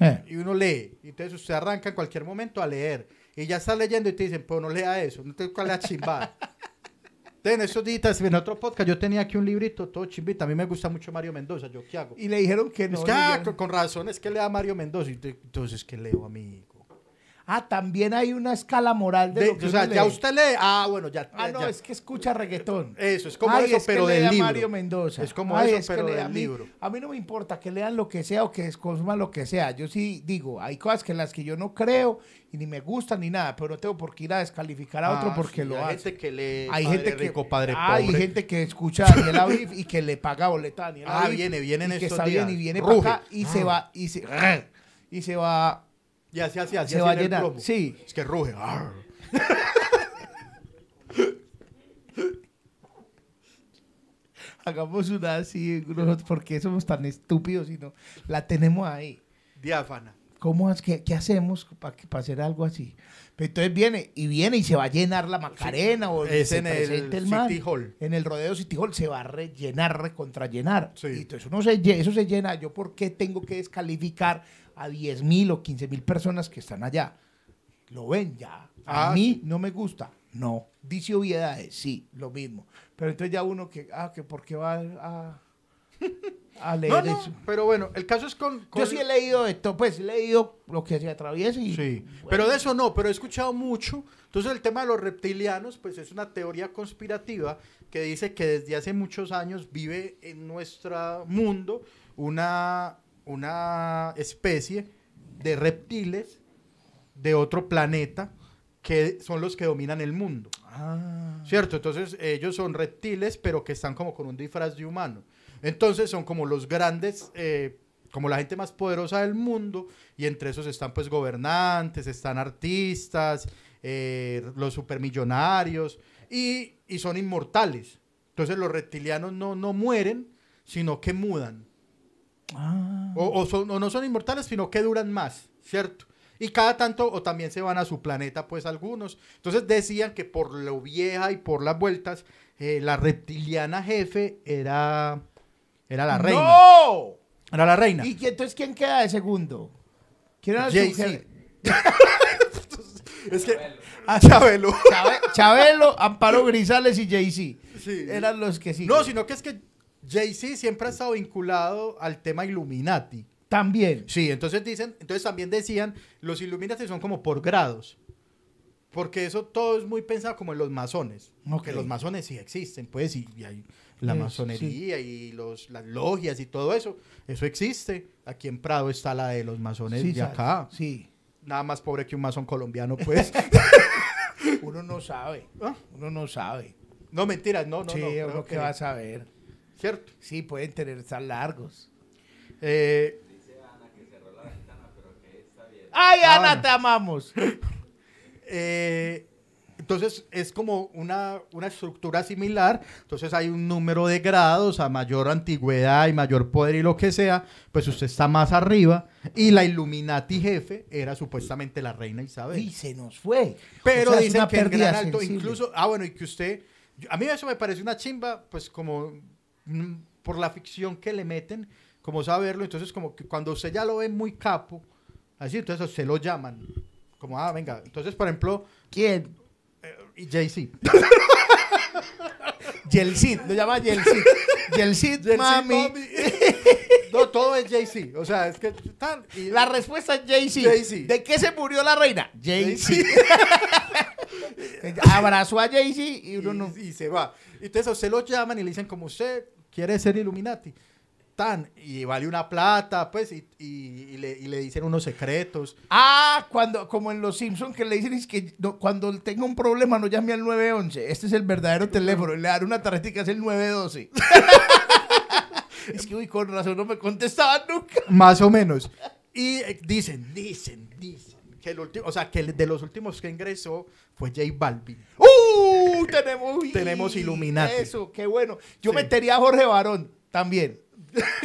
S3: Eh.
S1: y uno lee. y Entonces usted arranca en cualquier momento a leer. Y ya está leyendo y te dicen, pues no lea eso, no te cuál es la chimbada. Entonces, en estos días, en otro podcast, yo tenía aquí un librito, todo chimbita. A mí me gusta mucho Mario Mendoza, ¿yo qué hago?
S3: Y le dijeron que no.
S1: es que, ah,
S3: leyeron.
S1: con, con razón es que lea Mario Mendoza. Y te- Entonces, ¿qué leo, amigo?
S3: Ah, también hay una escala moral de,
S1: De-
S3: lo que
S1: o sea,
S3: uno
S1: ya
S3: lee.
S1: usted lee. Ah, bueno, ya.
S3: Ah,
S1: ya-
S3: no,
S1: ya.
S3: es que escucha reggaetón.
S1: Eso, es como
S3: Ay,
S1: eso,
S3: es que
S1: pero del
S3: lea
S1: libro.
S3: Mario Mendoza.
S1: Es como
S3: Ay,
S1: eso,
S3: es que
S1: pero
S3: lea-
S1: del
S3: a mí-
S1: libro.
S3: A mí no me importa que lean lo que sea o que consuman lo que sea. Yo sí digo, hay cosas que en las que yo no creo y ni me gustan ni nada, pero no tengo por qué ir a descalificar a otro
S1: Ah,
S3: porque
S1: sí,
S3: lo
S1: hay
S3: hace.
S1: gente que lee
S3: hay
S1: Padre
S3: gente que
S1: Rico, Padre
S3: ah, hay
S1: Pobre.
S3: gente que escucha a Daniel Aviv y que le paga boleta a Daniel
S1: Ah,
S3: Aviv
S1: viene, viene en
S3: y que
S1: estos
S3: está bien y
S1: días.
S3: viene
S1: Ruge.
S3: para acá y se va y se y se va
S1: Y así, así, así.
S3: se
S1: así
S3: va a
S1: en el
S3: llenar.
S1: plomo.
S3: Sí.
S1: Es que ruge. Arr.
S3: hagamos una así nosotros, porque somos tan estúpidos y no la tenemos ahí.
S1: Diáfana.
S3: ¿Cómo es que qué hacemos para hacer algo así? Pero entonces viene y viene y se va a llenar la Macarena o
S1: es
S3: se
S1: en el
S3: presente man.
S1: City Hall.
S3: En el rodeo City Hall se va a rellenar, recontrallenar.
S1: Sí.
S3: Y entonces uno se, lle- eso se llena. ¿Yo por qué tengo que descalificar a 10 mil o 15 mil personas que están allá? Lo ven ya. A
S1: Ah, sí.
S3: mí no me gusta. No. Dice obviedades, sí, lo mismo. Pero entonces ya uno que, ah, que por qué va a, a leer
S1: No, no,
S3: eso.
S1: pero bueno, el caso es con... con-
S3: Yo sí he leído esto, pues he leído lo que se atraviesa y...
S1: Sí, pero de eso no, pero he escuchado mucho. Entonces el tema de los reptilianos, pues es una teoría conspirativa que dice que desde hace muchos años vive en nuestro mundo una, una especie de reptiles de otro planeta que son los que dominan el mundo.
S3: Ah.
S1: ¿Cierto? Entonces ellos son reptiles, pero que están como con un disfraz de humano. Entonces son como los grandes, eh, como la gente más poderosa del mundo, y entre esos están pues gobernantes, están artistas, eh, los supermillonarios, y, y son inmortales. Entonces los reptilianos no, no mueren, sino que mudan. O, o son- o no son inmortales, sino que duran más, ¿cierto? Y cada tanto, o también se van a su planeta, pues algunos. Entonces decían que por lo vieja y por las vueltas, eh, la reptiliana jefe era, era la reina.
S3: ¡No!
S1: Era la reina.
S3: ¿Y que- entonces quién queda de segundo? ¿Quién era el
S1: Jay-Z.
S3: sujeto?
S1: Es que. Ah, Chabelo.
S3: Chabe- Chabelo, Amparo Grisales y Jay-Z.
S1: Sí.
S3: Eran los que sí.
S1: No, sino que es que Jay-Z siempre ha estado vinculado al tema Illuminati.
S3: También.
S1: Sí, entonces dicen, entonces también decían, los Illuminati son como por grados. Porque eso todo es muy pensado como en los masones.
S3: Ok.
S1: Que los masones sí existen, pues, y, y hay la
S3: Eso,
S1: masonería y los, las logias y todo eso. Eso existe. Aquí en Prado está la de los masones
S3: Sí,
S1: de
S3: sa-
S1: acá.
S3: Sí.
S1: Nada más pobre que un masón colombiano, pues.
S3: Uno no sabe.
S1: Ah.
S3: Uno no sabe.
S1: no, mentiras, no, no,
S3: sí,
S1: no. creo
S3: uno que
S1: que-
S3: va a saber.
S1: Cierto.
S3: Sí, pueden tener tan largos.
S1: Eh,
S3: ¡Ay,
S1: Ah,
S3: Ana,
S1: bueno.
S3: te amamos!
S1: Eh, entonces es como una, una estructura similar, entonces hay un número de grados, a mayor antigüedad y mayor poder y lo que sea, pues usted está más arriba y la Illuminati jefe era supuestamente la reina Isabel.
S3: Y se nos fue.
S1: Pero
S3: O sea, es
S1: dicen
S3: una
S1: que el
S3: pérdida
S1: gran alto,
S3: sensible.
S1: incluso, ah bueno, y que usted, yo- a mí eso me parece una chimba, pues como mm, por la ficción que le meten, como saberlo, entonces como que cuando usted ya lo ve muy capo, así, entonces a usted lo llaman, como, ah, venga, entonces por ejemplo... eh,
S3: ¿Quién?
S1: Y Jay-Z.
S3: Yelcid. Lo llama Yelcid. Yelcid, mami.
S1: no, todo es Jay-Z. O sea, es que tan. y-
S3: La respuesta es
S1: Jay-Z.
S3: Jay-Z. ¿De qué se murió la reina? Jay-Z.
S1: Jay-Z.
S3: Abrazó a Jay-Z y uno no.
S1: y, y se va. Entonces a usted lo llaman y le dicen, como usted quiere ser Illuminati. Tan. Y vale una plata, pues, y, y- y le, y le dicen unos secretos.
S3: Ah, cuando, como en Los Simpsons que le dicen es que no- cuando tenga un problema no llame al 911. Este es el verdadero teléfono. Y Le dan una tarjetita, es el 912. es que, uy, con razón no me contestaban nunca.
S1: Más o menos. Y eh, dicen, dicen, dicen. Que el último, o sea, que el- de los últimos que ingresó fue J Balvin.
S3: ¡Uh! Tenemos, uy,
S1: Tenemos Illuminati.
S3: Eso, qué bueno. Yo
S1: Sí.
S3: metería a Jorge Barón también.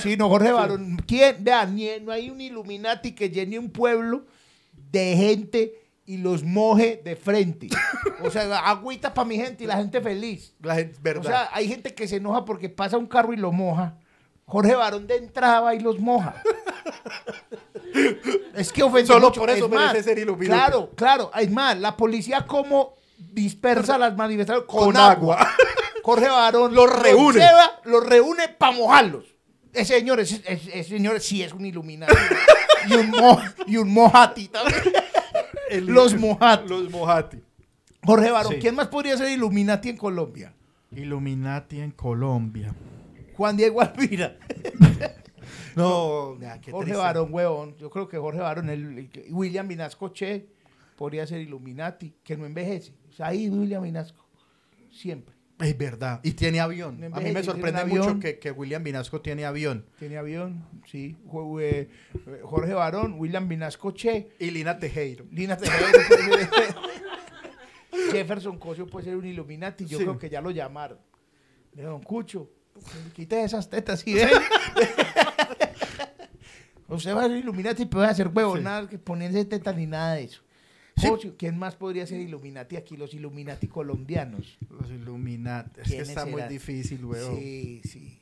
S3: Sí, no, Jorge Barón. ¿Quién? Vean, ni- no hay un Illuminati que llene un pueblo de gente y los moje de frente. O sea, agüita para mi gente y la gente feliz.
S1: La gente, ¿verdad?
S3: O sea, hay gente que se enoja porque pasa un carro y lo moja. Jorge Barón de entrada va y los moja. es que ofende
S1: Solo
S3: mucho.
S1: por eso
S3: Es
S1: merece ser iluminado.
S3: Claro, claro. Es más, la policía como dispersa a las manifestaciones con,
S1: Con
S3: agua.
S1: agua.
S3: Jorge Barón
S1: Los reúne.
S3: lleva, los reúne para mojarlos. Ese señor, ese, ese- ese señor sí es un iluminado. y un, mo, y un mojati también.
S1: El-
S3: los Mojati.
S1: Los Mojati.
S3: Jorge Barón,
S1: Sí.
S3: ¿quién más podría ser Illuminati en Colombia?
S1: Illuminati en Colombia.
S3: Juan Diego Alvira.
S1: No, qué
S3: Jorge
S1: triste.
S3: Barón, huevón. Yo creo que Jorge Barón, el, el- William Vinasco Che, podría ser Illuminati, que no envejece. O sea, ahí William Vinasco, siempre.
S1: Es verdad. Y tiene avión.
S3: No
S1: A mí me
S3: envejece, tiene
S1: sorprende
S3: un
S1: mucho
S3: avión.
S1: que, que William Vinasco tiene avión.
S3: Tiene avión, sí. Jo- eh, eh, Jorge Barón, William Vinasco Che,
S1: Y Lina Tejero.
S3: Lina Tejero, puede ser- Jefferson Cosio puede ser un Illuminati. Yo
S1: Sí.
S3: creo que ya lo llamaron. De Don Cucho, quita esas tetas y ven. Usted va a ser Illuminati, pero va a hacer huevonadas que ponerse tetas ni nada de eso.
S1: Sí.
S3: Cosio, ¿quién más podría ser Illuminati aquí? Los Illuminati colombianos.
S1: Los Illuminati. Es que
S3: ¿Quiénes
S1: está muy
S3: serán?
S1: difícil, weón.
S3: Sí, sí.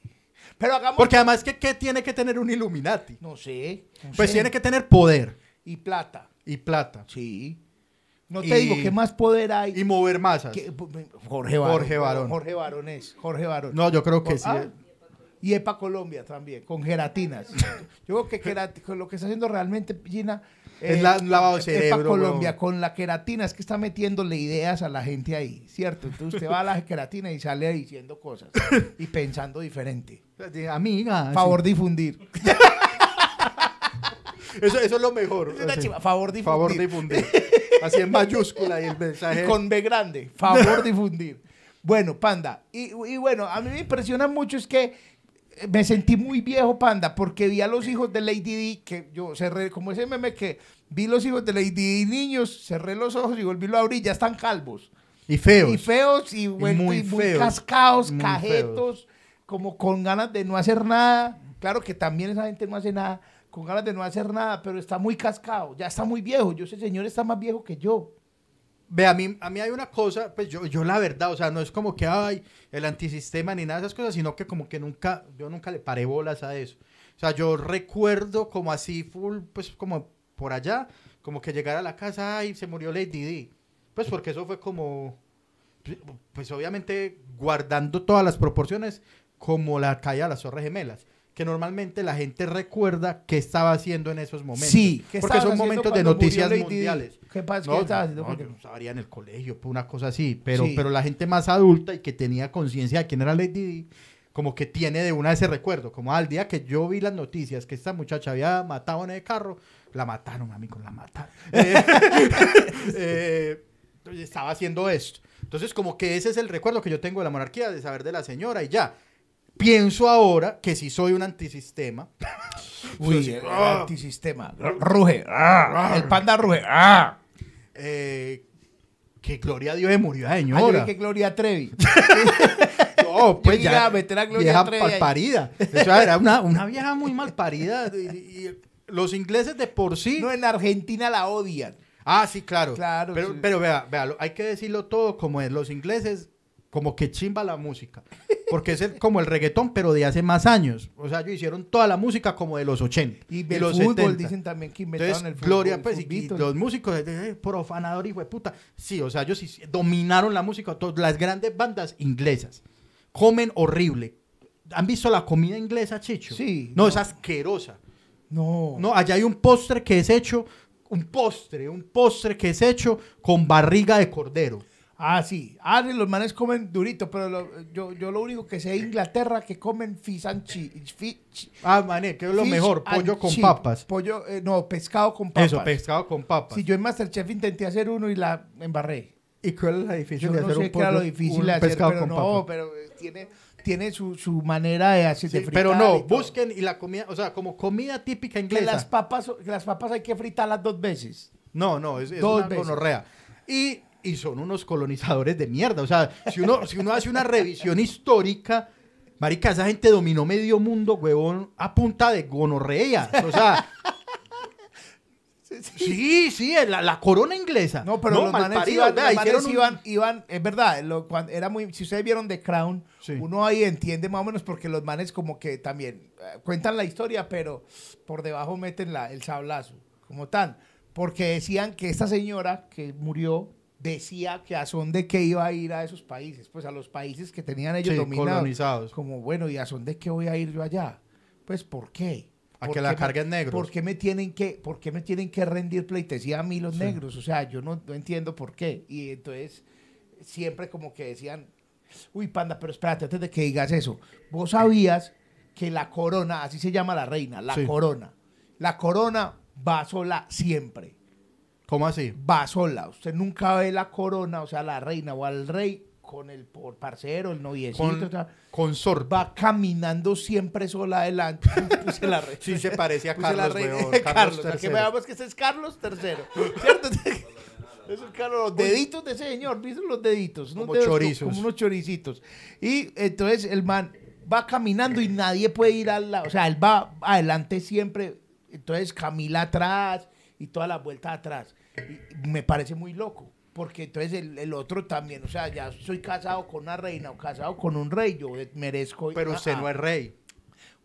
S3: Pero hagamos.
S1: Porque además, ¿qué, qué tiene que tener un Illuminati?
S3: No sé. no
S1: Pues
S3: sé.
S1: tiene que tener poder
S3: Y plata.
S1: y plata.
S3: Sí. No te
S1: Y-
S3: digo, ¿qué más poder hay?
S1: Y mover masas.
S3: Que- Jorge Barón.
S1: Jorge Barón.
S3: Jorge Barón es. Jorge Barón.
S1: No, yo creo que sí.
S3: Ah, y EPA Colombia también, con gelatinas. Yo creo que querati- con lo que está haciendo realmente Gina. eh,
S1: Es la- un lavado de
S3: EPA
S1: cerebro,
S3: Colombia,
S1: weón.
S3: con la queratina, es que está metiéndole ideas a la gente ahí, ¿cierto? Entonces usted va a la queratina y sale diciendo cosas y
S1: eh.
S3: pensando diferente.
S1: Amiga. Ah, sí.
S3: Favor difundir.
S1: Eso, eso es lo mejor.
S3: Es una
S1: Así.
S3: chiva. Favor difundir.
S1: Favor difundir. Así en mayúscula y el mensaje.
S3: Y con B grande. Favor difundir. Bueno, Panda. Y, y bueno, a mí me impresiona mucho es que eh, me sentí muy viejo, Panda, porque vi a los hijos de Lady D, que yo cerré, como ese meme que vi los hijos de Lady D niños, cerré los ojos y volví a abrir, ya están calvos.
S1: Y feos.
S3: Y feos y, vuelto- y muy,
S1: muy feos,
S3: cascados,
S1: muy
S3: cajetos, como con ganas de no hacer nada. Claro que también esa gente no hace nada, con ganas de no hacer nada, pero está muy cascado, ya está muy viejo. Yo ese señor está más viejo que yo.
S1: Ve, a mí, a mí hay una cosa, pues yo, yo la verdad, o sea, no es como que hay el antisistema ni nada de esas cosas, sino que como que nunca, yo nunca le paré bolas a eso. O sea, yo recuerdo como así, full, pues como por allá, como que llegar a la casa, ay, se murió Lady D. Pues porque eso fue como, pues obviamente guardando todas las proporciones, como la caída de las Torres Gemelas, que normalmente la gente recuerda qué estaba haciendo en esos momentos.
S3: Sí, ¿qué
S1: porque
S3: estabas
S1: son
S3: haciendo
S1: momentos de
S3: cuando murió
S1: noticias
S3: Lady Di?
S1: mundiales
S3: ¿Qué pasa?
S1: no,
S3: ¿Qué estabas
S1: no,
S3: haciendo?
S1: yo no sabría en el colegio, pues, una cosa así, pero,
S3: Sí.
S1: pero la gente más adulta y que tenía conciencia de quién era Lady Di, como que tiene de una ese recuerdo, como al día que yo vi las noticias que esta muchacha había matado en el carro, la mataron, mami, con la mataron. Eh, eh, estaba haciendo esto. Entonces, como que ese es el recuerdo que yo tengo de la monarquía, de saber de la señora y ya. Pienso ahora que sí soy un antisistema,
S3: Uy,
S1: Sí,
S3: el
S1: ah.
S3: antisistema. Ruge. ah, El panda ruge. ah.
S1: eh, que gloria a Dios se murió la
S3: Ay, yo vi
S1: señora.
S3: que Gloria Trevi.
S1: No, pues
S3: dije,
S1: ya,
S3: ah, meter a Gloria
S1: vieja
S3: Trevi ahí.
S1: malparida. O sea, era una, una vieja muy malparida. Y, y los ingleses de por sí...
S3: No, en Argentina la odian.
S1: Ah, sí, claro.
S3: Claro,
S1: pero,
S3: sí.
S1: pero vea, vea, lo- hay que decirlo todo como es. Los ingleses, como que chimba la música. Porque es el- como el reggaetón, pero de hace más años. O sea, ellos hicieron toda la música como de los 80
S3: Y,
S1: y,
S3: el
S1: los
S3: fútbol,
S1: 70.
S3: dicen también que inventaron
S1: Entonces,
S3: el fútbol.
S1: Gloria,
S3: el
S1: pues, y- y
S3: fulbito.
S1: los músicos, eh, profanador, hijo de puta. Sí, o sea, ellos sí- sí dominaron la música. to- Las grandes bandas inglesas comen horrible. ¿Han visto la comida inglesa, Chicho?
S3: Sí.
S1: No, es asquerosa.
S3: No.
S1: No, allá hay un postre que es hecho, un postre, un postre que es hecho con barriga de cordero.
S3: Ah, sí. Ah, sí, los manes comen durito, pero lo- yo, yo lo único que sé de Inglaterra que comen fish and chips.
S1: Ah, mané, que es lo mejor, pollo con papas.
S3: Pollo, eh, no, pescado con papas.
S1: Eso, pescado con papas.
S3: Si yo en Masterchef intenté hacer uno y la embarré.
S1: ¿Y cuál es la difícil
S3: Yo no sé qué era lo difícil de hacer, pero no, pero eh, tiene, tiene su, su manera de hacer, de
S1: Sí,
S3: fritar
S1: pero
S3: y
S1: no,
S3: todo.
S1: busquen y la comida, o sea, como comida típica
S3: Que
S1: inglesa.
S3: las papas, que las papas hay que fritarlas dos veces.
S1: No, no, es, es
S3: Dos
S1: una
S3: veces.
S1: gonorrea. Y, y son unos colonizadores de mierda. O sea, si uno, si uno hace una revisión histórica, marica, esa gente dominó medio mundo, huevón, a punta de gonorrea. O sea... Sí, sí, la, la corona inglesa.
S3: No, pero los manes
S1: malparidos,
S3: iban,
S1: vea,
S3: los manes
S1: hicieron un-
S3: iban, iban- es verdad, lo- cuan- era muy, si ustedes vieron The Crown,
S1: Sí.
S3: uno ahí entiende más o menos porque los manes como que también eh, cuentan la historia, pero por debajo meten la, el sablazo, como tan, porque decían que esta señora que murió decía que a son de qué iba a ir a esos países, pues a los países que tenían ellos
S1: Sí,
S3: dominados.
S1: colonizados.
S3: Como, bueno, ¿y a son de qué voy a ir yo allá? Pues, ¿por qué?
S1: A
S3: ¿Por
S1: que
S3: qué
S1: la
S3: me-
S1: carguen negros.
S3: ¿Por qué me tienen que, por qué me tienen que rendir pleitesía a mí los negros? O sea, yo no, no entiendo por qué. Y entonces siempre como que decían, uy, panda, pero espérate, antes de que digas eso, vos sabías que la corona, así se llama la reina, la
S1: Sí.
S3: corona, la corona va sola siempre,
S1: ¿Cómo así?
S3: va sola. Usted nunca ve la corona, o sea, la reina o al rey con el por parcero, el noviecito,
S1: Con,
S3: o sea,
S1: con sorba.
S3: va caminando siempre sola adelante. Puse la reina.
S1: Sí, se parece a
S3: Puse
S1: Carlos,
S3: la reina.
S1: huevón,
S3: Carlos,
S1: Carlos
S3: o sea, que
S1: III.
S3: veamos que este es Carlos III. ¿Cierto? Es un Carlos, los deditos de ese señor, ¿viste los deditos? Unos
S1: Como
S3: dedos
S1: chorizos.
S3: Como unos choricitos. Y entonces el man va caminando y nadie puede ir al lado. O sea, él va adelante siempre. Entonces Camila atrás y todas las vueltas atrás. Y me parece muy loco. Porque entonces el, el otro también, o sea, ya soy casado con una reina o casado con un rey, yo merezco.
S1: Pero usted
S3: Ah,
S1: no es rey.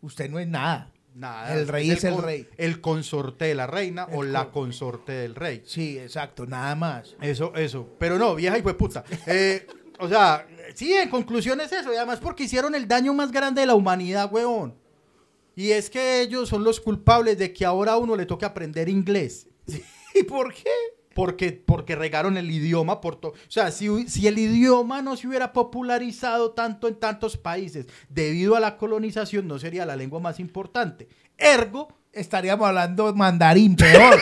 S3: Usted no es nada.
S1: Nada.
S3: El rey es el
S1: con-
S3: rey.
S1: El consorte de la reina o
S3: El
S1: la
S3: con-
S1: consorte del rey.
S3: Sí, exacto, nada más.
S1: Eso, eso. Pero no, vieja y puta. Eh, o sea, sí, en conclusión es eso. Y además porque hicieron el daño más grande de la humanidad, huevón. Y es que ellos son los culpables de que ahora a uno le toque aprender inglés.
S3: ¿Y por qué?
S1: Porque, porque regaron el idioma por todo. O sea, si, hu- si el idioma no se hubiera popularizado tanto en tantos países debido a la colonización, no sería la lengua más importante. Ergo,
S3: estaríamos hablando mandarín, peor.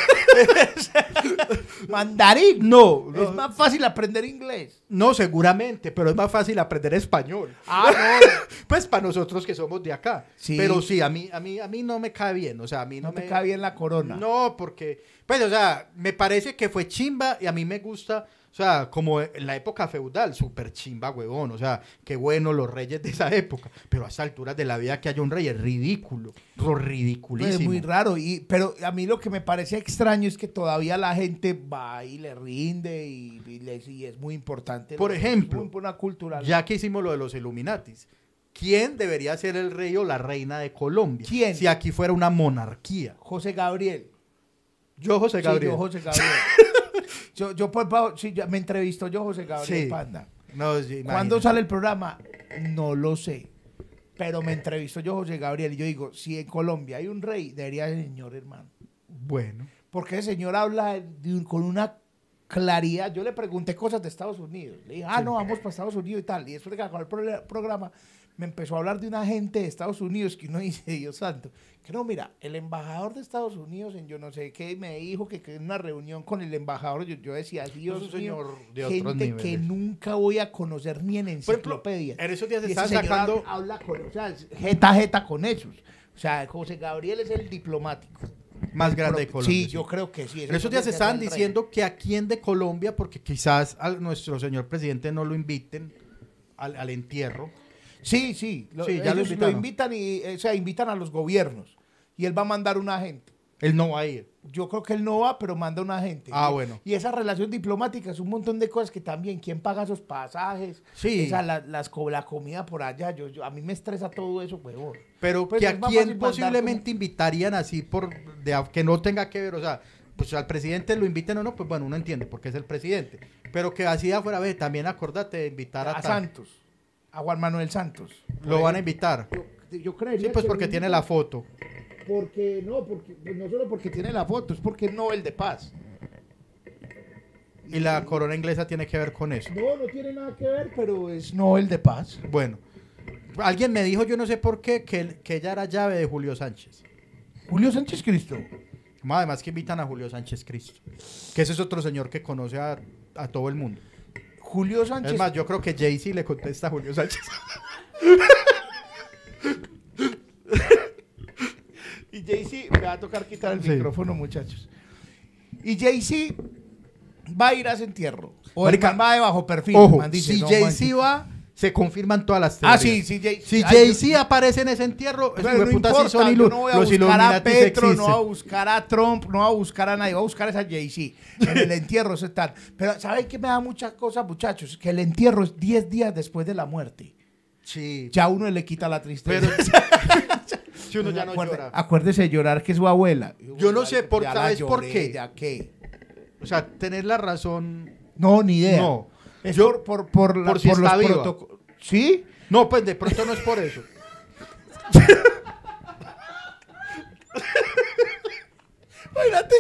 S3: mandarín.
S1: No,
S3: Es
S1: no,
S3: más fácil aprender inglés.
S1: no, seguramente, pero es más fácil aprender español.
S3: Ah, no.
S1: Pues para nosotros que somos de acá.
S3: Sí.
S1: Pero sí, a mí, a mí, a mí no me cae bien. O sea, a mí no,
S3: No me cae bien la corona.
S1: No, porque, pues, o sea, me parece que fue chimba y a mí me gusta, o sea, como en la época feudal, súper chimba, huevón. O sea, qué bueno los reyes de esa época. Pero a estas alturas de la vida que haya un rey es ridículo. Lo
S3: Pues
S1: ridiculísimo.
S3: es muy raro. Y, pero a mí lo que me parece extraño es que todavía la gente va y le rinde y, y le- y es muy importante.
S1: Por
S3: Lo-
S1: ejemplo,
S3: es muy- una cultura.
S1: Ya que hicimos lo de los Illuminatis. ¿Quién debería ser el rey o la reina de Colombia?
S3: ¿Quién?
S1: Si aquí fuera una monarquía.
S3: José Gabriel.
S1: Yo, José
S3: Sí,
S1: Gabriel.
S3: yo, José Gabriel. yo, yo, por favor, sí, ya me entrevistó yo, José Gabriel
S1: Sí.
S3: Panda.
S1: No, sí,
S3: ¿Cuándo
S1: imagínate.
S3: sale el programa? No lo sé. Pero me entrevistó yo, José Gabriel, y yo digo, si en Colombia hay un rey, debería ser el señor, hermano.
S1: Bueno.
S3: Porque ese señor habla de un- con una claridad. Yo le pregunté cosas de Estados Unidos. Le dije, ah, no, vamos para Estados Unidos y tal. Y después de que acabó el pro- programa, me empezó a hablar de una gente de Estados Unidos que uno dice, Dios santo, que no, mira, el embajador de Estados Unidos en yo no sé qué me dijo que, que en una reunión con el embajador, yo, yo decía,
S1: un
S3: Dios mío,
S1: señor de otros
S3: gente que
S1: niveles".
S3: nunca voy a conocer ni en
S1: Por ejemplo,
S3: enciclopedia.
S1: en esos días
S3: Y ese
S1: estaban
S3: señor
S1: sacando...
S3: hab- habla con, o sea, es jeta a jeta con esos. O sea, José Gabriel es el diplomático.
S1: Más grande de
S3: Pero-
S1: Colombia.
S3: Sí, yo creo que sí.
S1: En esos días estaban diciendo que a quién de Colombia, porque quizás a nuestro señor presidente no lo inviten al, al entierro.
S3: Sí, sí. Lo,
S1: Sí, ya lo
S3: ellos lo,
S1: invitaron.
S3: invitan y, eh, o sea, invitan a los gobiernos. Y él va a mandar un agente.
S1: Él no va a ir.
S3: Yo creo que él no va, pero manda un agente.
S1: Ah,
S3: Y-
S1: bueno.
S3: Y esa relación diplomática es un montón de cosas que también, ¿quién paga esos pasajes?
S1: Sí.
S3: Esa, la, las, co- la comida por allá. Yo, yo- a mí me estresa todo eso, huevón.
S1: Pero
S3: Pues
S1: que
S3: es
S1: a
S3: más
S1: quién
S3: fácil mandar
S1: posiblemente invitarían así por de a- que no tenga que ver, o sea, pues al presidente lo inviten o no, pues bueno, uno entiende porque es el presidente. Pero que así de afuera, ve, también acordate de invitar a,
S3: A
S1: tal.
S3: Santos. A Juan Manuel Santos.
S1: Lo van a invitar.
S3: Yo, yo creería
S1: Sí, pues
S3: que
S1: porque
S3: lo
S1: tiene
S3: invitan.
S1: la foto.
S3: Porque no, porque pues, no solo porque tiene la foto, es porque es Nobel de Paz.
S1: Y la corona inglesa tiene que ver con eso.
S3: No, no tiene nada que ver, pero es Nobel de Paz.
S1: Bueno, alguien me dijo, yo no sé por qué, que, él- que ella era llave de Julio Sánchez.
S3: Julio Sánchez Cristo.
S1: Más Además que invitan a Julio Sánchez Cristo, que ese es otro señor que conoce a, a todo el mundo.
S3: Julio
S1: Es
S3: Sánchez.
S1: más, yo creo que Jay-Z le contesta a Julio Sánchez.
S3: Y Jay-Z, me va a tocar quitar el
S1: Sí.
S3: micrófono, muchachos. Y Jay-Z va a ir a ese entierro. O
S1: Marica,
S3: el man va de bajo perfil. el
S1: Ojo,
S3: man dice,
S1: si
S3: "No,
S1: Jay-Z
S3: man".
S1: va, se confirman todas las
S3: Ah,
S1: teorías.
S3: sí, sí, Jay-Z. pues,
S1: Si
S3: Ay,
S1: Jay-Z
S3: yo-
S1: aparece en ese entierro,
S3: Pero
S1: esos
S3: no
S1: hueputas sí
S3: importa,
S1: son
S3: yo
S1: ilu-
S3: no voy a
S1: los
S3: buscar a
S1: Illuminati
S3: Petro, no
S1: existen.
S3: voy a buscar a Trump, no voy a buscar a nadie, voy a buscar a esa Jay-Z. En el entierro eso está. Pero ¿saben qué me da muchas cosas, muchachos? Que el entierro es 10 días después de la muerte.
S1: Sí,
S3: Ya a uno le quita la tristeza.
S1: pero si uno ya no
S3: Acuerde-
S1: llora.
S3: Acuérdese de llorar que es su abuela.
S1: Yo no sé, por-
S3: Ya la
S1: ¿sabes por qué?
S3: ¿Ya qué?
S1: O sea, tener la razón...
S3: No, ni idea.
S1: No.
S3: Es
S1: Yo-
S3: por, por, por, la-
S1: por si
S3: por los
S1: está viva.
S3: protocolos. ¿Sí?
S1: No, pues de pronto no es por eso.
S3: Espérate.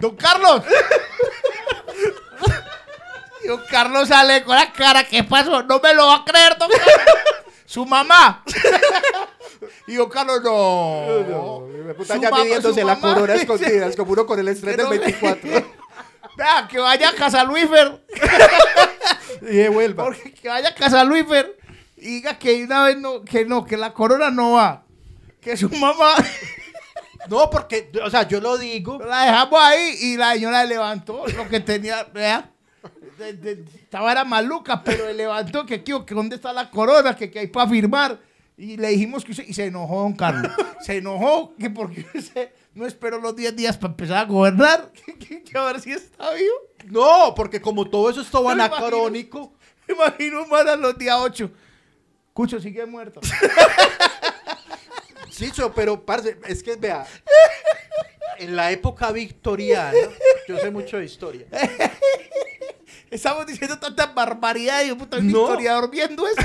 S3: Don Carlos. Don Carlos sale con la cara. ¿Qué pasó? No me lo va a creer, don Carlos. Su mamá. Y don Carlos, no.
S1: Puta,
S3: Su
S1: ya
S3: mamá-
S1: midiéndose
S3: su
S1: la
S3: mamá-
S1: corona escondida, es como uno con el estrés
S3: Que
S1: del
S3: no-
S1: 24.
S3: Vea, que vaya a casa Luífer.
S1: y de vuelva.
S3: Porque que vaya a casa Luífer y diga que una vez no, que no, que la corona no va. Que su mamá
S1: No, porque, o sea, yo lo digo.
S3: la dejamos ahí y la señora levantó lo que tenía, vea. De- de- estaba era maluca, pero le levantó que aquí, que dónde está la corona, que, que hay para firmar. Y le dijimos que usted, y se enojó don Carlos. Se enojó que porque usted no esperó los 10 días para empezar a gobernar, que, que- que a ver si está vivo.
S1: No, porque como todo eso es todo
S3: Me imagino.
S1: anacrónico.
S3: Me imagino más a los días 8. Cucho sigue muerto.
S1: Sí, so, pero parce, es que vea. En la época victoriana, yo sé mucho de historia.
S3: Estamos diciendo tantas barbaridades y un puto
S1: No.
S3: historiador viendo esto.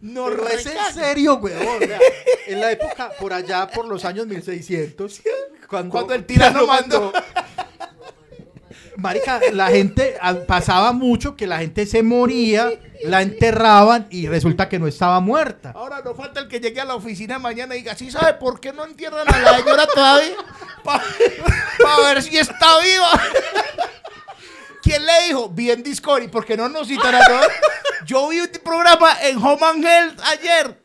S3: No,
S1: Pero es en
S3: recaga.
S1: serio, weón. vea, En la época, por allá, por los años 1600, cuando,
S3: Cuando el tirano mandó.
S1: Marica, la gente ah, pasaba mucho que la gente se moría, la enterraban y resulta que no estaba muerta.
S3: Ahora no falta el que llegue a la oficina mañana y diga, ¿sí sabe por qué no entierran a la señora todavía? para ver si está viva. ¿Quién le dijo? Bien Discovery, porque no nos citan a todos. Yo vi un programa en Home and Health ayer.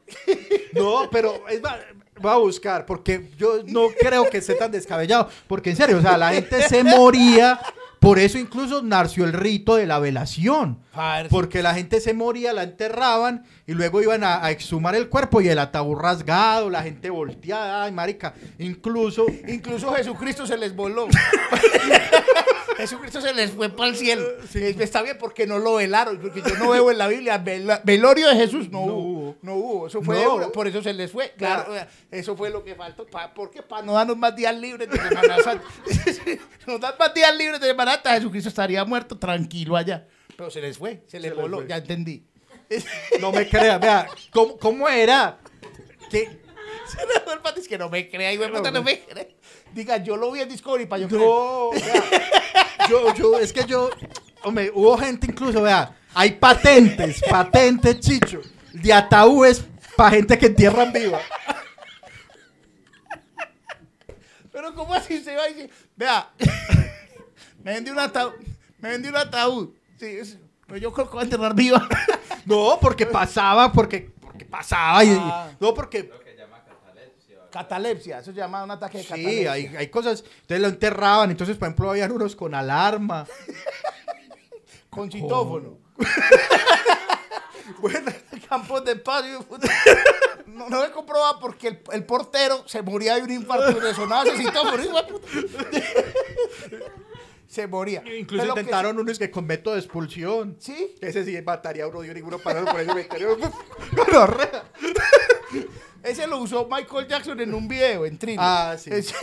S1: No, pero es va- voy a buscar, porque yo no creo que esté tan descabellado. Porque en serio, o sea, la gente se moría. Por eso incluso nació el rito de la velación.
S3: Parce.
S1: Porque la gente se moría, la enterraban y luego iban a, a exhumar el cuerpo y el ataúd rasgado, la gente volteada, ay, marica. Incluso
S3: Incluso Jesucristo se les voló. Jesucristo se les fue para el cielo. Eh, Está bien porque no lo velaron, porque yo no veo en la Biblia. vela- velorio de Jesús
S1: No
S3: no, hubo.
S1: hubo.
S3: No hubo. Eso fue,
S1: No.
S3: por eso se les fue. Claro, eh, eso fue lo que faltó. Pa, ¿Por qué? Para no darnos más días libres de Semana Santa. Nos dan más días libres de Semana Santa, Jesucristo estaría muerto tranquilo allá. Pero se les fue, se les
S1: Se les
S3: voló,
S1: fue.
S3: ya entendí.
S1: No me creas, vea, ¿cómo, cómo era? Que
S3: Se les fue el pato, es que no me crea, hijo de puta, no me crea. Diga, yo lo vi en Discovery para yo creer.
S1: no, Oh, vea, yo, yo, es que yo, hombre, hubo gente incluso, vea, hay patentes, patentes, chicho, de ataúdes para gente que entierran viva.
S3: Pero ¿cómo así se va a decir? Vea, me vendí un ataúd. Me vendí un ataúd. Sí, es- pero yo creo que va a enterrar viva.
S1: No, porque pasaba, porque, porque pasaba. Y, y- no, porque
S9: Lo que llama catalepsia.
S3: catalepsia, eso se llama un ataque de catalepsia.
S1: Sí, hay, hay cosas. Entonces lo enterraban. Entonces, por ejemplo, habían unos con alarma.
S3: Con citófono. bueno, campos de paz. hijo de puta. No, no se comprobaba porque el, el portero se moría de un infarto y resonaba ese citófono. hijo de puta. se moría.
S1: Incluso
S3: Pero lo que
S1: intentaron unos que con método de expulsión.
S3: Sí.
S1: Ese sí mataría a uno de ninguno para por ese vectorio. Gonorrea.
S3: Ese lo usó Michael Jackson en un video, en Thriller.
S1: Ah, sí.
S3: Ese-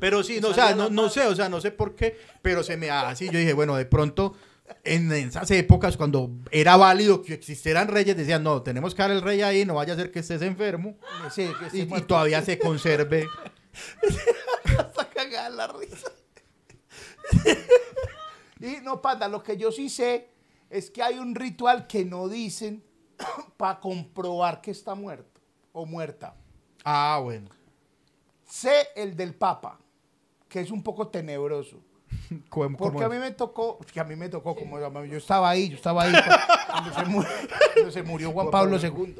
S1: Pero sí, no, o sea, no, no sé, o sea, no sé por qué, pero se me así. Yo dije, bueno, de pronto, en esas épocas, cuando era válido que existieran reyes, decían, no, tenemos que dar el rey ahí, no vaya a ser que estés enfermo.
S3: Sí, que esté
S1: Y, y
S3: muerto.
S1: todavía se conserve.
S3: Está cagada la risa. y no, panda, lo que yo sí sé es que hay un ritual que no dicen para comprobar que está muerto o muerta.
S1: Ah, bueno.
S3: Sé el del Papa, que es un poco tenebroso.
S1: ¿Cómo- cómo
S3: Porque a
S1: es?
S3: mí me tocó, que a mí me tocó, como yo estaba ahí, yo estaba ahí cu- cuando se murió, cuando se murió Juan Pablo II.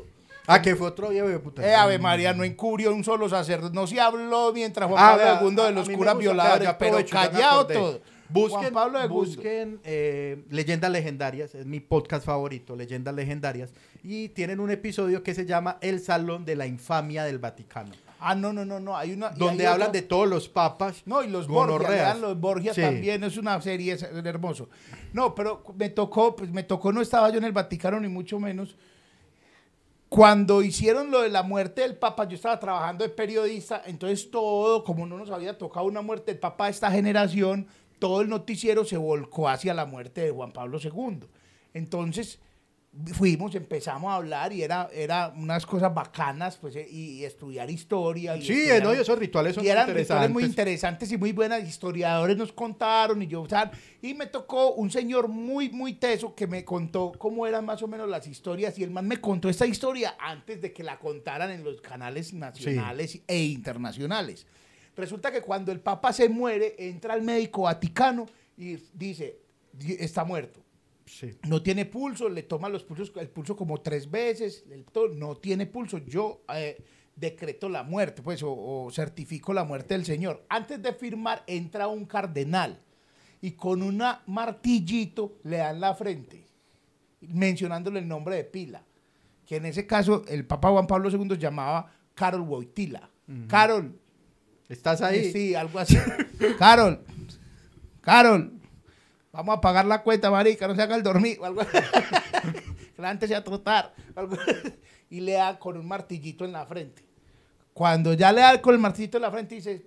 S1: Ah, que fue otro día, puta.
S3: Eh, Ave María, no encubrió un solo sacerdote, no se habló mientras Juan
S1: Ah, vea,
S3: Pablo II
S1: a-
S3: de
S1: a
S3: los
S1: mí me
S3: curas
S1: gusta,
S3: violadores,
S1: ya
S3: pero
S1: aprovecho, ya me
S3: callado
S1: acordé.
S3: todo. Juan
S1: Busquen,
S3: Pablo II.
S1: busquen eh, Leyendas Legendarias, es mi podcast favorito, Leyendas Legendarias, y tienen un episodio que se llama El Salón de la Infamia del Vaticano,
S3: Ah, no, no, no, no, hay una... y
S1: donde
S3: hay
S1: hablan
S3: otra-
S1: de todos los papas.
S3: No, y los Borgia,
S1: gonorreas.
S3: lean los Borgia
S1: Sí.
S3: también, es una serie, es hermoso. No, pero me tocó, pues me tocó, no estaba yo en el Vaticano ni mucho menos. Cuando hicieron lo de la muerte del Papa, yo estaba trabajando de periodista, entonces todo, como no nos había tocado una muerte del Papa de esta generación, todo el noticiero se volcó hacia la muerte de Juan Pablo II. Entonces fuimos, empezamos a hablar y era, era unas cosas bacanas, pues, eh, y, y estudiar historia. y
S1: Sí, eh,
S3: estudiar-
S1: no, y esos rituales son
S3: y eran
S1: muy
S3: rituales muy
S1: interesantes.
S3: interesantes y muy buenas. Historiadores nos contaron y yo, o sea, y me tocó un señor muy, muy teso que me contó cómo eran más o menos las historias y el man me contó esta historia antes de que la contaran en los canales nacionales e internacionales. Resulta que cuando el Papa se muere, entra el médico Vaticano y dice, "Di- está muerto.
S1: Sí.
S3: No tiene pulso, le toman los pulsos, el pulso como tres veces, el to- no tiene pulso. Yo eh, decreto la muerte, pues, o, o certifico la muerte del señor. Antes de firmar, entra un cardenal y con un martillito le dan la frente, mencionándole el nombre de pila, que en ese caso el Papa Juan Pablo II llamaba Carol Wojtyla. Carol,
S1: ¿Estás ahí?
S3: Sí, algo así. Carol, Carol, vamos a pagar la cuenta, marica, no se haga el dormir. o algo así. Que la gente se va a trotar. o algo así. Y le da con un martillito en la frente. Cuando ya le da con el martillito en la frente, dice,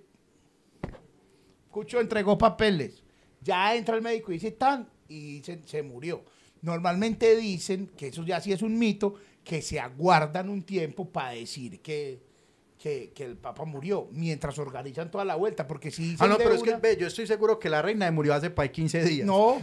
S3: Cucho entregó papeles. Ya entra el médico y dice tan, y se, se murió. Normalmente dicen, que eso ya sí es un mito, que se aguardan un tiempo para decir que, que que, que el Papa murió, mientras organizan toda la vuelta, porque si
S1: Ah,
S3: dicen
S1: no,
S3: de
S1: pero es que
S3: una-
S1: ve, yo estoy seguro que la reina murió hace pa' ahí 15 días.
S3: No,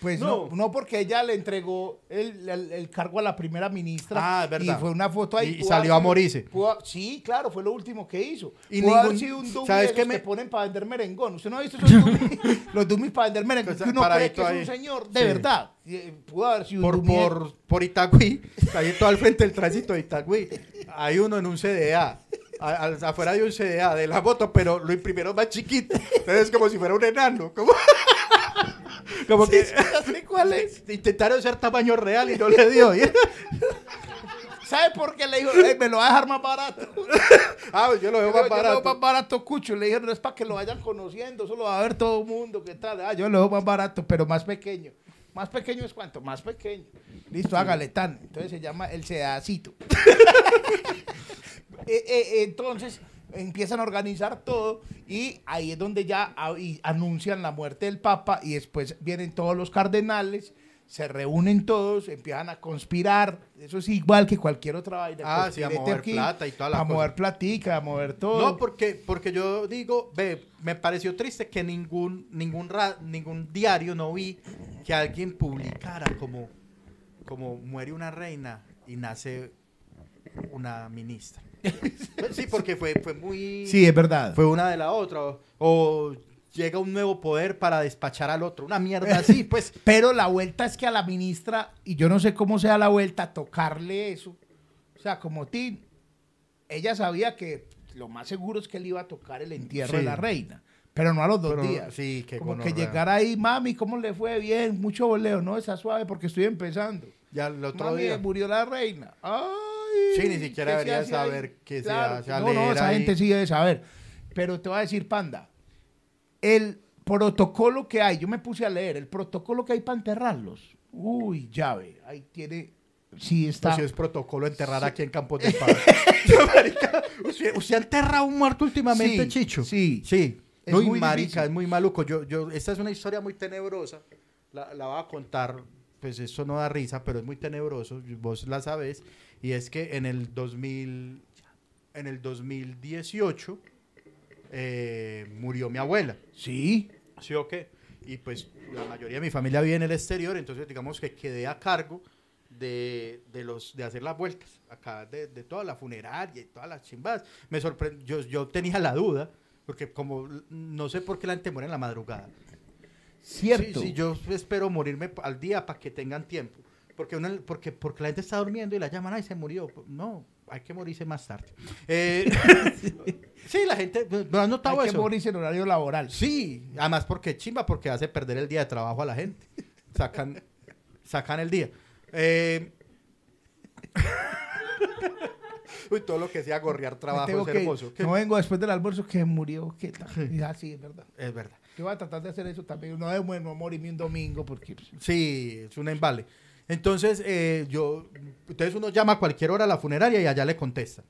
S3: pues no.
S1: No.
S3: no, porque ella le entregó el, el- el cargo a la primera ministra.
S1: Ah, es verdad.
S3: Y fue una foto ahí.
S1: Y- y
S3: pudo
S1: salió
S3: haber
S1: a
S3: sido-
S1: morirse.
S3: pudo ha- sí, claro, fue lo último que hizo.
S1: Y
S3: Pudo haber
S1: ningún-
S3: sido un dummy
S1: ¿sabes
S3: ¿sabes
S1: qué
S3: que
S1: me-
S3: ponen para vender merengón. ¿Usted no ha visto esos dummies? los dummies para vender merengón.
S1: Cosa-
S3: Que uno cree
S1: paradito
S3: que es
S1: ahí.
S3: un señor, de
S1: Sí.
S3: verdad. Eh, Pudo haber sido un
S1: Por,
S3: dummy de-
S1: por, por Itagüí, ahí todo al frente del tránsito de Itagüí, hay uno en un CDA, a- al- afuera de un CDA de la moto, pero lo imprimieron más chiquito. Entonces es como si fuera un enano. Como, como que
S3: ¿Cuál es?
S1: intentaron ser tamaño real y no le dio. y-
S3: ¿Sabe por qué le dijo? "Ey, me lo va a dejar más barato.
S1: ah, pues yo lo veo
S3: Yo-
S1: más
S3: yo lo veo
S1: barato.
S3: más barato, Cucho. Le dije, no es para que lo vayan conociendo, eso lo va a ver todo el mundo, ¿qué tal? Ah, yo lo veo más barato, pero más pequeño. ¿Más pequeño es cuánto? Más pequeño. Listo, hágale tan. Entonces se llama el sedacito. Eh, eh, entonces empiezan a organizar todo y ahí es donde ya a- y anuncian la muerte del Papa y después vienen todos los cardenales, se reúnen todos, empiezan a conspirar. Eso es igual que cualquier otra vaina.
S1: Ah, sí, a
S3: conspirete
S1: mover plata y toda la
S3: A
S1: cosa.
S3: mover platica, a mover todo.
S1: No, porque, porque yo digo, ve, me pareció triste que ningún, ningún, ra- ningún diario no vi que alguien publicara como, como muere una reina y nace una ministra. Sí, porque fue, fue muy...
S3: Sí, es verdad.
S1: Fue una de la otra. O, o llega un nuevo poder para despachar al otro. Una mierda así, pues.
S3: Pero la vuelta es que a la ministra, y yo no sé cómo sea la vuelta, tocarle eso. O sea, como Tim, ella sabía que lo más seguro es que él iba a tocar el entierro
S1: Sí.
S3: de la reina. Pero no a los dos
S1: Pero,
S3: días.
S1: sí, qué
S3: como que
S1: gonorrea.
S3: llegara ahí, mami, ¿cómo le fue? Bien, mucho boleo, ¿no? Está suave porque estoy empezando.
S1: Ya el otro
S3: Mami,
S1: día.
S3: murió la reina. Ay,
S1: Sí, ni siquiera
S3: ¿qué se
S1: debería
S3: hace ahí?
S1: saber qué se hace,
S3: No, no,
S1: leer
S3: esa
S1: ahí.
S3: gente sí debe saber. Pero te voy a decir, panda, el protocolo que hay, yo me puse a leer, el protocolo que hay para enterrarlos. Uy, llave, ahí tiene, sí está.
S1: Pues si es protocolo enterrar aquí en Campos de Espada. Marica, ¿usted, usted ha enterrado un muerto últimamente,
S3: Sí,
S1: Chicho?
S3: sí.
S1: Sí.
S3: Es
S1: no, y
S3: muy
S1: marica,
S3: difícil.
S1: es muy maluco. Yo, yo, esta es una historia muy tenebrosa. La, la voy a contar. Pues eso no da risa, pero es muy tenebroso. Vos la sabés. Y es que en el 2000, en el 2018 eh, murió mi abuela.
S3: Sí,
S1: ¿Sí o qué? Y pues la mayoría de mi familia vive en el exterior, entonces digamos que quedé a cargo de, de los, de hacer las vueltas, acá de, de toda la funeraria y todas las chimbas. Me sorprendió, yo, yo tenía la duda, porque como l- no sé por qué la gente muere en la madrugada.
S3: cierto.
S1: Sí, sí, yo espero morirme p- al día para que tengan tiempo. Porque, uno- porque, porque la gente está durmiendo y la llaman, ay, se murió. P- No, hay que morirse más tarde. Eh, sí, la gente, ¿no has
S3: hay
S1: notado
S3: que
S1: eso?
S3: morirse en horario laboral.
S1: Sí, además porque chimba, porque hace perder el día de trabajo a la gente. Sacan, sacan el día. Eh, Uy, todo lo que sea gorrear
S3: Me
S1: trabajo
S3: tengo
S1: es
S3: que-
S1: hermoso.
S3: No vengo después del almuerzo que murió. Que, ah, sí, es verdad.
S1: Es verdad.
S3: Yo voy a tratar de hacer eso también. No debo no morirme un domingo porque... pues,
S1: Sí, es un embale. Entonces, eh, yo, entonces uno llama a cualquier hora a la funeraria y allá le contestan.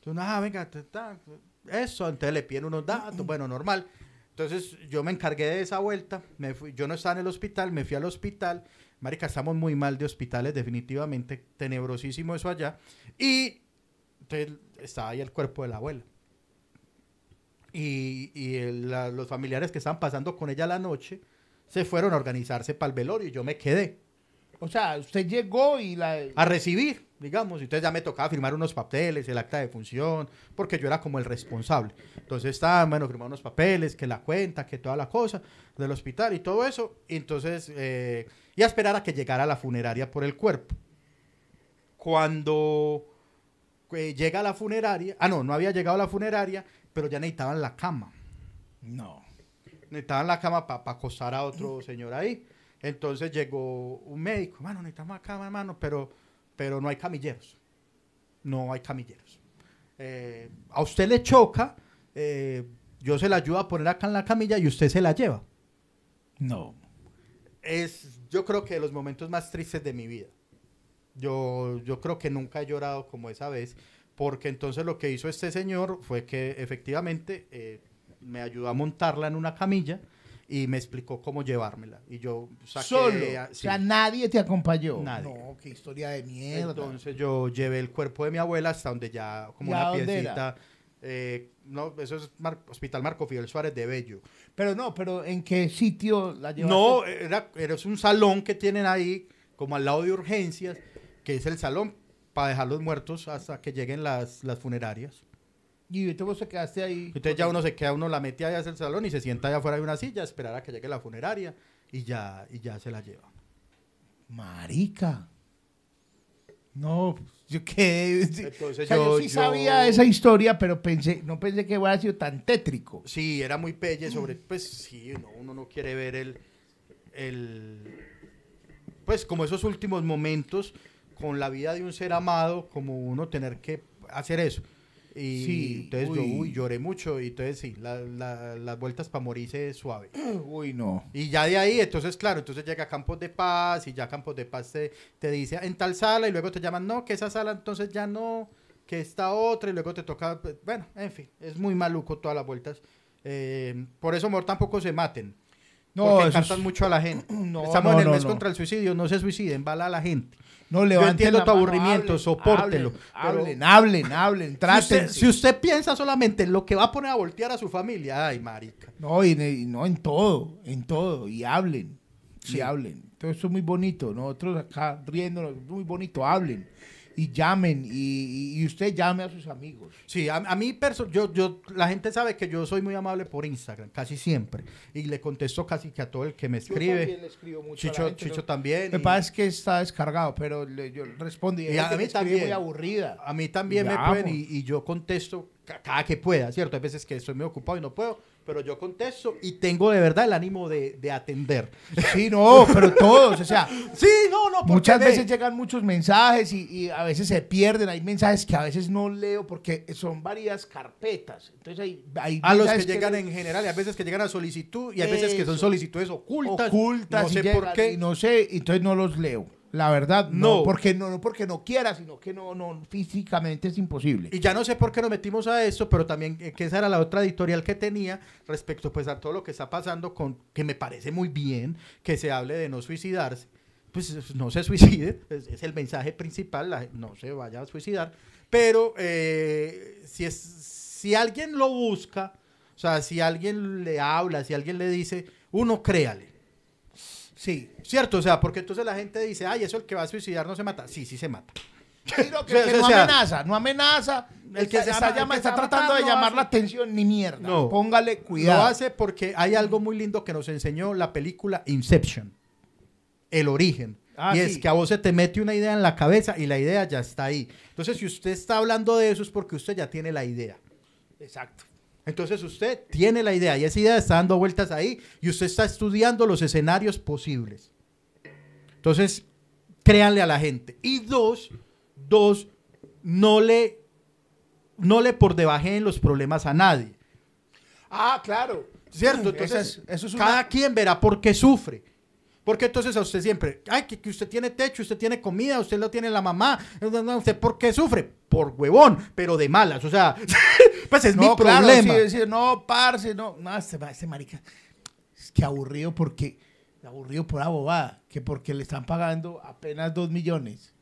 S1: Entonces, ah, venga, ta, ta, eso, entonces le piden unos datos, bueno, normal. Entonces yo me encargué de esa vuelta, me fui- yo no estaba en el hospital, me fui al hospital. Marica, estamos muy mal de hospitales, definitivamente, tenebrosísimo eso allá. Y entonces estaba ahí el cuerpo de la abuela. Y, y el- la- los familiares que estaban pasando con ella la noche se fueron a organizarse para el velorio y yo me quedé
S3: O sea, usted llegó y la...
S1: a recibir, digamos. Entonces ya me tocaba firmar unos papeles, el acta de función, porque yo era como el responsable. Entonces estaba, bueno, firmar unos papeles, que la cuenta, que toda la cosa del hospital y todo eso. Y entonces, eh, y a esperar a que llegara la funeraria por el cuerpo. Cuando eh, llega la funeraria, ah, no, no había llegado la funeraria, pero ya necesitaban la cama.
S3: No.
S1: necesitaban la cama para acostar a otro señor ahí. Entonces llegó un médico, mano, necesitamos la cama, hermano, pero, pero no hay camilleros. No hay camilleros. Eh, a usted le choca, eh, yo se la ayudo a poner acá en la camilla y usted se la lleva.
S3: No.
S1: Es, yo creo que de los momentos más tristes de mi vida. Yo, yo creo que nunca he llorado como esa vez, porque entonces lo que hizo este señor fue que efectivamente eh, me ayudó a montarla en una camilla y me explicó cómo llevármela. Y yo saqué...
S3: Solo.
S1: a-
S3: O
S1: ah, sí.
S3: sea, nadie te acompañó.
S1: Nadie.
S3: No, qué historia de mierda.
S1: entonces yo llevé el cuerpo de mi abuela hasta donde ya como
S3: ¿Y a
S1: una
S3: dónde
S1: piecita eh, no, eso es Mar- Hospital Marco Fidel Suárez de Bello.
S3: Pero no, pero ¿en qué sitio la llevaste?
S1: No, era, era- es un salón que tienen ahí, como al lado de urgencias, que es el salón para dejar los muertos hasta que lleguen las, las funerarias.
S3: Y tú vos te quedaste ahí.
S1: Entonces ya uno se queda, uno la mete allá hacia el salón y se sienta allá afuera de una silla, a esperar a que llegue la funeraria y ya, y ya se la lleva.
S3: Marica. No, pues, yo quedé.
S1: Entonces
S3: o sea,
S1: yo-
S3: yo, sí
S1: yo-
S3: sabía esa historia, pero pensé, no pensé que hubiera sido tan tétrico.
S1: Sí, era muy pelle sobre, pues sí, no, uno no quiere ver el, el, pues como esos últimos momentos con la vida de un ser amado, como uno tener que hacer eso. Y
S3: Sí,
S1: entonces yo
S3: uy.
S1: uy, lloré mucho y entonces sí, la- la- las vueltas para morirse es suave.
S3: Uy, no.
S1: Y ya de ahí, entonces, claro, entonces llega a Campos de Paz y ya Campos de Paz te, te dice "Ah, en tal sala y luego te llaman, no, que esa sala entonces ya no, que esta otra y luego te toca, pues, bueno, en fin, es muy maluco todas las vueltas. Eh, por eso, amor, tampoco se maten.
S3: No,
S1: porque
S3: eso es-
S1: encantan mucho a la gente.
S3: No,
S1: Estamos
S3: no,
S1: en el
S3: no,
S1: mes
S3: no.
S1: contra el suicidio, no se suiciden, bala a la gente.
S3: No levanten
S1: entiendo
S3: la
S1: tu
S3: mano,
S1: aburrimiento,
S3: hablen,
S1: sopórtelo, pero-
S3: Hablen, hablen, hablen, hablen,
S1: Si usted,
S3: trátense.
S1: si usted piensa solamente en lo que va a poner a voltear a su familia, ay, marica.
S3: No, y, ne- y no en todo, en todo, y hablen, y
S1: Sí.
S3: hablen. Todo eso es muy bonito, nosotros acá riéndonos, muy bonito, hablen, y llamen, y, y- y usted llame a sus amigos.
S1: Sí, a, a mí perso- yo, yo, la gente sabe que yo soy muy amable por Instagram, casi siempre. Y le contesto casi que a todo el que me escribe. Chicho, Chicho también.
S3: Me
S1: y
S3: parece que está descargado, pero le- yo respondo y,
S1: Y a
S3: a
S1: mí
S3: mí
S1: también.
S3: muy aburrida.
S1: a mí también me
S3: Vamos.
S1: pueden y, y yo contesto ca- cada que pueda, ¿cierto? Hay veces que estoy muy ocupado y no puedo, pero yo contesto y tengo de verdad el ánimo de, de atender.
S3: Sí, no, pero todos, o sea,
S1: Sí, no, no, porque
S3: Muchas
S1: ve,
S3: veces llegan muchos mensajes y, y a veces se pierden. Hay mensajes que a veces no leo porque son varias carpetas. Entonces hay, hay
S1: A los que
S3: mensajes
S1: llegan
S3: no-
S1: en general, y a veces que llegan a solicitud y a veces que son
S3: Eso.
S1: solicitudes ocultas.
S3: ocultas
S1: no
S3: y
S1: sé por
S3: llegan
S1: qué.
S3: y no sé, entonces no los leo. La verdad, no,
S1: No.
S3: porque no, no porque no quiera, sino que no, no físicamente es imposible.
S1: Y ya no sé por qué nos metimos a esto, pero también eh, que esa era la otra editorial que tenía respecto pues a todo lo que está pasando con que me parece muy bien que se hable de no suicidarse. Pues es- no se suicide, es, es el mensaje principal, la gen- no se vaya a suicidar, pero eh, si es si alguien lo busca, o sea, si alguien le habla, si alguien le dice, uno créale.
S3: sí.
S1: ¿Cierto? O sea, porque entonces la gente dice, ay, eso el que va a suicidar no se mata. Sí, sí se mata.
S3: Sí, no, que,
S1: O sea,
S3: que
S1: o
S3: no
S1: sea,
S3: amenaza, no amenaza.
S1: el que se
S3: está,
S1: ama- el
S3: llama-
S1: que
S3: está
S1: se ama
S3: tratando de
S1: tanto
S3: llamar
S1: hace-
S3: la atención ni mierda.
S1: No.
S3: Póngale cuidado.
S1: Lo hace porque hay algo muy lindo que nos enseñó la película Inception, el origen.
S3: Ah,
S1: y
S3: sí.
S1: es que a vos se te mete una idea en la cabeza y la idea ya está ahí. Entonces, si usted está hablando de eso es porque usted ya tiene la idea.
S3: Exacto.
S1: Entonces usted tiene la idea y esa idea está dando vueltas ahí y usted está estudiando los escenarios posibles. Entonces, créanle a la gente. Y dos, dos, no le, no le por debajen los problemas a nadie.
S3: Ah, claro.
S1: ¿Cierto?
S3: Esa
S1: Entonces,
S3: es- eso es una-
S1: cada quien verá por qué sufre. Porque entonces a usted siempre, ay, que, que usted tiene techo, usted tiene comida, usted lo tiene la mamá, no, no, usted por qué sufre, por huevón, pero de malas, o sea, pues es mi
S3: claro,
S1: problema.
S3: sí, decir, no, parce, no, no, este, ma- este marica, es que aburrido porque, aburrido por la bobada, que porque le están pagando apenas dos millones.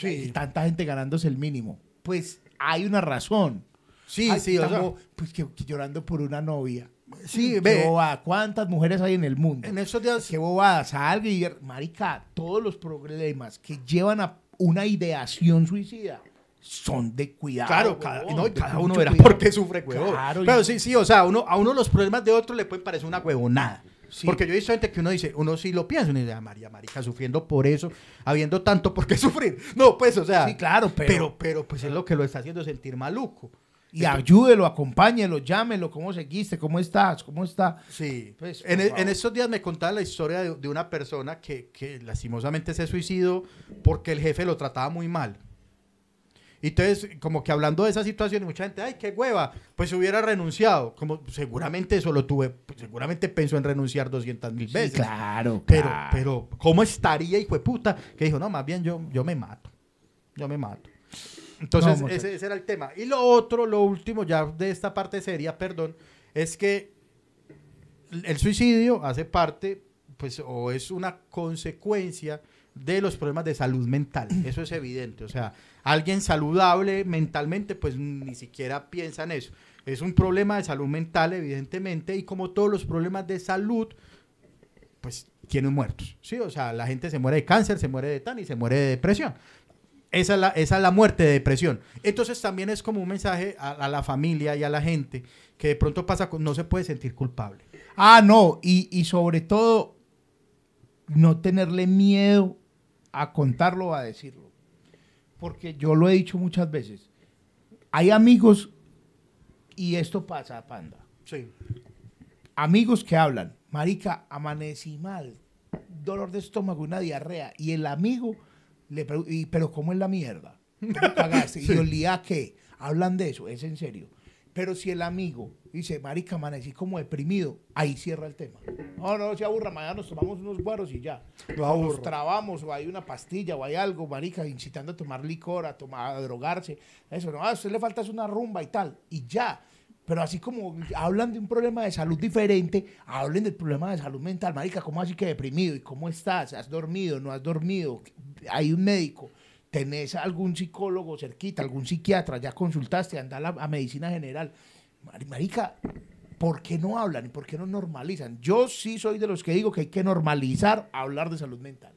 S3: Y tanta gente ganándose el mínimo. Pues hay una razón.
S1: Sí,
S3: Ay,
S1: sí, o sea,
S3: tampoco, Pues que, que llorando por una novia.
S1: sí,
S3: Qué
S1: ve,
S3: bobada, ¿cuántas mujeres hay en el mundo?
S1: en esos días,
S3: Qué bobada, salga y marica, todos los problemas que llevan a una ideación suicida son de cuidado.
S1: claro, cada,
S3: huevón,
S1: no,
S3: de
S1: cada uno
S3: mucho
S1: verá
S3: cuidado.
S1: por qué sufre, huevón.
S3: Claro, y-
S1: pero sí, sí, o sea, uno, a uno los problemas de otro le pueden parecer una huevonada.
S3: Sí.
S1: Porque yo he visto gente que uno dice, uno sí lo piensa, uno dice, ah, María, marica, sufriendo por eso, habiendo tanto por qué sufrir. No, pues, o sea,
S3: Sí, claro, pero,
S1: pero, pero pues es lo que lo está haciendo sentir maluco.
S3: y ayúdelo, acompáñelo, llámelo, ¿cómo seguiste? ¿Cómo estás? ¿Cómo está?
S1: Sí.
S3: Pues, por
S1: en, e-
S3: favor.
S1: en estos días me contaba la historia de, de una persona que, que lastimosamente se suicidó porque el jefe lo trataba muy mal. Y entonces, como que hablando de esa situación, mucha gente, ay, qué hueva, pues hubiera renunciado. Como seguramente eso lo tuve, pues, seguramente pensó en renunciar 200 mil veces.
S3: claro,
S1: Pero,
S3: claro.
S1: pero, ¿cómo estaría, hijo de puta? Que dijo, no, más bien yo, yo me mato. Yo me mato. Entonces,
S3: No, muchacho.
S1: ese, ese era el tema. Y lo otro, lo último, ya de esta parte seria, perdón, es que el suicidio hace parte, pues, o es una consecuencia de los problemas de salud mental. Eso es evidente. O sea, alguien saludable mentalmente, pues, ni siquiera piensa en eso. Es un problema de salud mental, evidentemente, y como todos los problemas de salud, pues tienen muertos, ¿sí? O sea, la gente se muere de cáncer, se muere de tan y se muere de depresión. Esa es, la, esa es la muerte de depresión. Entonces también es como un mensaje a, a la familia y a la gente que de pronto pasa, con, no se puede sentir culpable.
S3: Ah, no, y, y sobre todo, no tenerle miedo a contarlo o a decirlo. Porque yo lo he dicho muchas veces. Hay amigos, y esto pasa, panda.
S1: Sí.
S3: Amigos que hablan, marica, amanecí mal, dolor de estómago, una diarrea. Y el amigo le pregunta, pero ¿cómo es la mierda? ¿Cómo cagaste? Y olía a qué. Hablan de eso, es en serio. Pero si el amigo dice, marica, amanecí como deprimido, ahí cierra el tema. No, no, se aburra, mañana nos tomamos unos guaros y ya. O nos trabamos, o hay una pastilla, o hay algo, marica, incitando a tomar licor, a, tomar, a drogarse. Eso, no, a usted le falta es una rumba y tal, y ya. Pero así como hablan de un problema de salud diferente, hablen del problema de salud mental. Marica, ¿cómo así que deprimido? ¿Y cómo estás? ¿Has dormido? ¿No has dormido? Hay un médico. ¿Tenés algún psicólogo cerquita, algún psiquiatra? ¿Ya consultaste? Anda a, la- a medicina general. Mar- Marica, ¿por qué no hablan y por qué no normalizan? Yo sí soy de los que digo que hay que normalizar hablar de salud mental.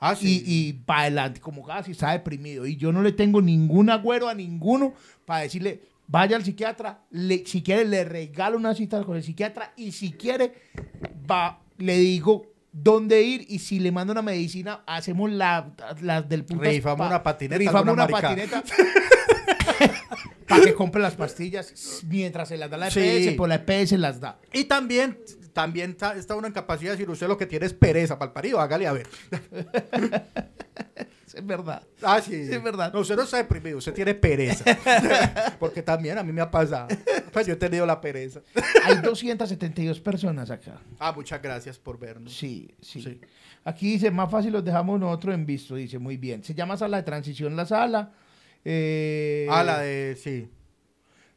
S1: Ah,
S3: Y, y para adelante, como casi está deprimido. Y yo no le tengo ningún agüero a ninguno para decirle, vaya al psiquiatra, le- si quiere le regalo una cita con el psiquiatra y si quiere, va, le digo dónde ir y si le mando una medicina, hacemos la, la del punto.
S1: Rifamos una patineta,
S3: Rifamos
S1: alguna
S3: una
S1: marica.
S3: patineta. para que compre las pastillas mientras se las da la E
S1: Sí.
S3: EPS, por pues la EPS se las da.
S1: Y también, también está, está una incapacidad de decir, usted lo que tiene es pereza, palparido, hágale a ver.
S3: Es verdad.
S1: Ah, sí.
S3: Sí, es verdad.
S1: No, usted no está deprimido, usted tiene pereza. Porque también a mí me ha pasado. Pues yo he tenido la pereza.
S3: Hay 272 personas acá.
S1: Ah, muchas gracias por vernos.
S3: Sí, sí,
S1: Sí.
S3: Aquí dice, más fácil los dejamos nosotros en visto, dice, muy bien. Se llama sala de transición la sala. Eh,
S1: Ah, la de, sí.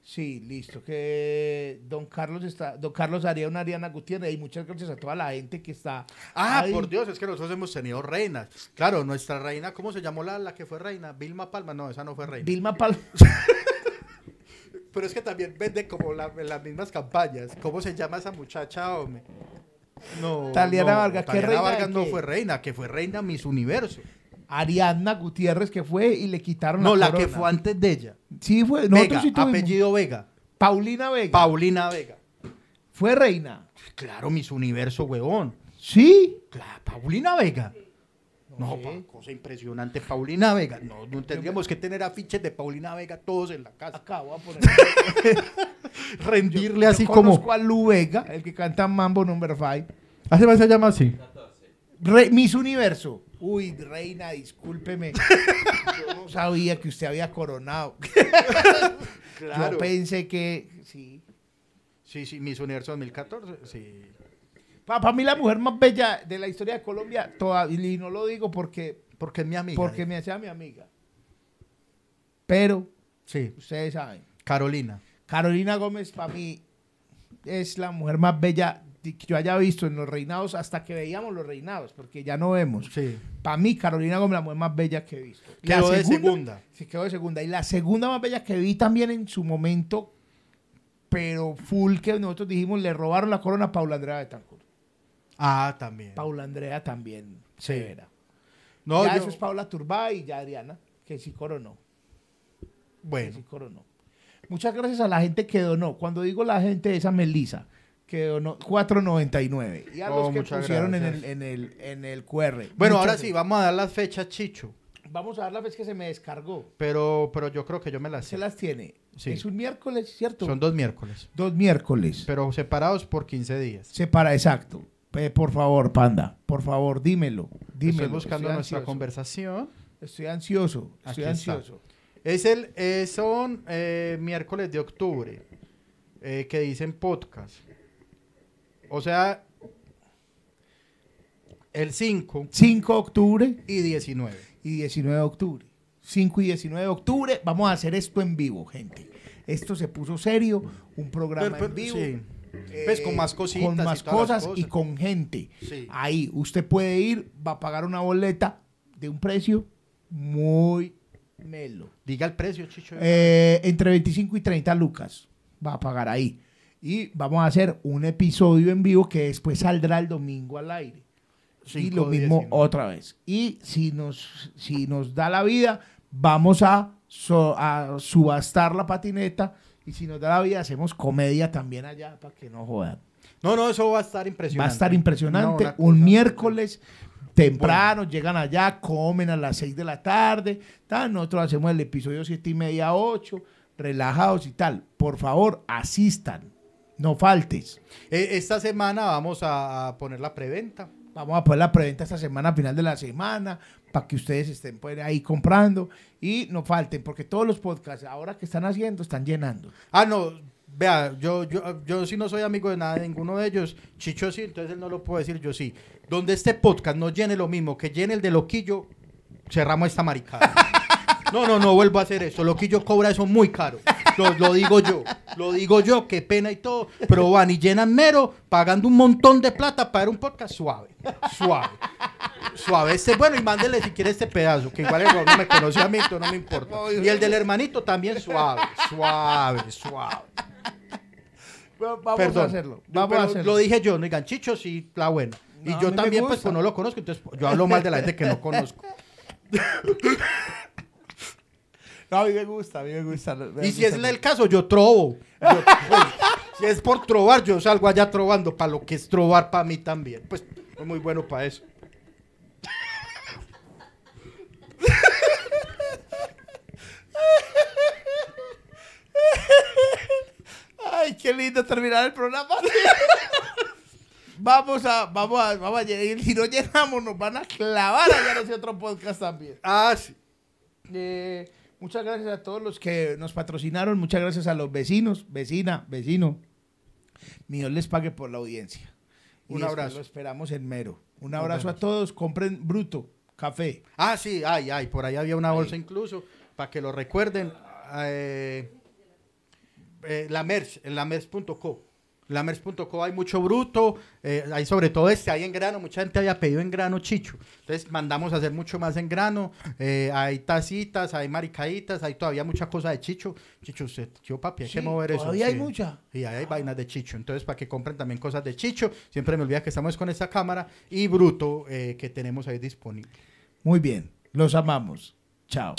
S3: Sí, listo. Que don Carlos está, don Carlos haría una Ariana Gutiérrez y muchas gracias a toda la gente que está.
S1: Ah,
S3: ahí.
S1: por Dios, es que nosotros hemos tenido reinas. Claro, nuestra reina, ¿cómo se llamó la, la que fue reina? Vilma Palma, no, esa no fue reina.
S3: Vilma Palma.
S1: Pero es que también vende como la- en las mismas campañas. ¿Cómo se llama esa muchacha, hombre? No,
S3: Taliana
S1: no,
S3: Vargas, ¿qué
S1: Taliana
S3: reina de
S1: Vargas no
S3: qué?
S1: fue reina, que fue reina Miss Universo.
S3: Ariana Gutiérrez que fue y le quitaron
S1: No, la
S3: corona.
S1: que fue antes de ella.
S3: Sí, fue. Nosotros
S1: Vega,
S3: sí tuvimos.
S1: apellido Vega.
S3: Paulina Vega.
S1: Paulina Vega.
S3: fue reina.
S1: Claro, Miss Universo, huevón.
S3: Sí.
S1: Claro, Paulina Vega. No,
S3: sé.
S1: pa- cosa impresionante, Paulina Vega. No, no tendríamos que tener afiches de Paulina Vega todos en la casa.
S3: Acá voy a poner.
S1: Rendirle
S3: Yo
S1: así
S3: conozco
S1: como.
S3: a Lu Vega, el que canta Mambo Number 5.
S10: ¿Hace más se llama así?
S3: Re- Miss Universo. Uy, reina, discúlpeme. Yo no sabía que usted había coronado. Yo
S1: Claro.
S3: pensé que sí.
S1: Sí, sí, Miss Universo 2014. Sí.
S3: Para mí la mujer más bella de la historia de Colombia, toda- y no lo digo porque,
S1: Porque es mi amiga.
S3: porque me hacía mi amiga. Pero,
S1: Sí,
S3: ustedes saben,
S1: Carolina.
S3: Carolina Gómez para mí es la mujer más bella que yo haya visto en los reinados hasta que veíamos los reinados, porque ya no vemos.
S1: Sí.
S3: Para mí, Carolina Gómez, la mujer más bella que he visto. La
S1: Quedó de segunda.
S3: Sí, quedó de segunda. Y la segunda más bella que vi también en su momento, pero full que nosotros dijimos, le robaron la corona a Paula Andrea Betancourt.
S1: Ah, también.
S3: Paula Andrea también
S1: Sí.
S3: severa.
S1: No,
S3: ya
S1: yo-
S3: eso es Paula Turbay y ya Adriana, que sí coronó. que sí
S1: Bueno,
S3: coronó. Muchas gracias a la gente que donó. Cuando digo la gente, esa Melisa, que donó 4.99. Y a
S1: Oh,
S3: los que
S1: muchas
S3: pusieron en el,
S1: gracias.
S3: en, el, en el QR.
S1: bueno
S3: Muchas
S1: ahora
S3: gracias.
S1: sí, vamos a dar las fechas, Chicho.
S3: Vamos a ver la vez que se me descargó.
S1: Pero, pero yo creo que yo me las
S3: Se
S1: sé.
S3: las tiene.
S1: Sí.
S3: Es un miércoles, ¿cierto?
S1: Son dos miércoles.
S3: dos miércoles.
S1: Pero separados por 15 días.
S3: Separa, exacto. Eh, por favor, panda, por favor, dímelo. dímelo.
S1: Estoy buscando
S3: Estoy
S1: nuestra
S3: ansioso.
S1: conversación.
S3: Estoy ansioso, estoy
S1: Aquí está.
S3: ansioso.
S1: Es el, eh, son eh, miércoles de octubre eh, que dicen podcast. O sea, el 5
S3: 5 de octubre
S1: y 19.
S3: y 19 de octubre. 5 y 19 de octubre vamos a hacer esto en vivo, gente. Esto se puso serio, un
S1: Pero-
S3: programa
S1: pero-
S3: en vivo.
S1: sí.
S3: eh,
S1: Ves, pues, con más cositas
S3: Con
S1: y
S3: más
S1: todas las
S3: cosas y
S1: cosas.
S3: con gente.
S1: Sí.
S3: Ahí usted puede ir, va a pagar una boleta de un precio muy melo.
S1: Diga el precio, Chicho.
S3: Eh, entre 25 y 30 lucas. va a pagar ahí. Y vamos a hacer un episodio en vivo que después saldrá el domingo al aire. y
S11: Cinco,
S3: lo mismo
S11: diecinueve.
S3: otra vez. Y si nos, si nos da la vida, vamos a, so- a subastar la patineta. Y si nos da la vida, hacemos comedia también allá para que no jodan.
S1: No, no, eso va a estar
S3: Va a
S1: impresionante.
S3: estar impresionante.
S1: No, una
S3: un
S1: cosa-
S3: miércoles temprano, llegan allá, comen a las 6 de la tarde. Tal. Nosotros hacemos el episodio 7 y media, 8, relajados y tal. Por favor, asistan. No faltes.
S1: Eh, esta semana vamos a a poner la preventa.
S3: Vamos a poner la preventa esta semana, a final de la semana, para que ustedes estén pues, ahí comprando y no falten, porque todos los podcasts ahora que están haciendo están llenando.
S1: Ah, no, vea, yo, yo, yo sí no soy amigo de nada de ninguno de ellos. Chicho sí, entonces él no lo puede decir, yo sí. Donde este podcast no llene lo mismo que llene el de Loquillo, cerramos esta maricada. No, no, no vuelvo a hacer eso. Loquillo cobra eso muy caro. Lo, lo digo yo, lo digo yo, qué pena y todo. Pero van y llenan mero pagando un montón de plata para ver un podcast suave, suave. Suave, este bueno y mándele si quiere este pedazo, que igual el Raúl no me conoce a mí, entonces no me importa. Y el del hermanito también suave, suave, suave.
S3: Bueno, Vamos
S1: Perdón.
S3: a hacerlo.
S1: No,
S3: Vamos
S1: pero
S3: a hacerlo.
S1: Lo dije yo, no digan chicho, sí, la buena.
S3: No, a
S1: y
S3: mí
S1: yo
S3: me
S1: también, pues,
S3: gusta.
S1: pues no lo conozco, entonces yo hablo mal de la gente que no conozco.
S3: No, a mí me gusta, a mí me gusta.
S1: y si es el caso, yo trobo. Yo trobo. si es por trobar, yo salgo allá trobando, para lo que es trobar para mí también. Pues es muy bueno para eso.
S3: Ay, qué lindo terminar el programa. vamos a, vamos a, vamos a llenar. Y si no llenamos, nos van a clavar allá en ese otro podcast también.
S1: Ah, sí.
S3: Eh, muchas gracias a todos los que nos patrocinaron. Muchas gracias a los vecinos, vecina, vecino. Mi Dios les pague por la audiencia. Y
S1: Un
S3: después
S1: abrazo.
S3: Lo esperamos en mero. Un abrazo a todos. Compren bruto, café.
S1: Ah, sí, ay, ay, por ahí había una bolsa incluso, para que lo recuerden. eh, eh, la MERS, en la MERS.co. La MERS.co hay mucho bruto, eh, hay sobre todo este, hay en grano, mucha gente había pedido en grano chicho. Entonces mandamos a hacer mucho más en grano, eh, hay tacitas, hay maricaditas, hay todavía mucha cosa de chicho. Chicho, usted, yo papi, hay que
S3: Sí,
S1: mover eso.
S3: todavía hay
S1: sí.
S3: mucha.
S1: Y ahí hay vainas de Chicho. Entonces, para que compren también cosas de Chicho, siempre me olvida que estamos con esta cámara y Bruto eh, que tenemos ahí disponible.
S3: Muy bien. Los amamos. Chao.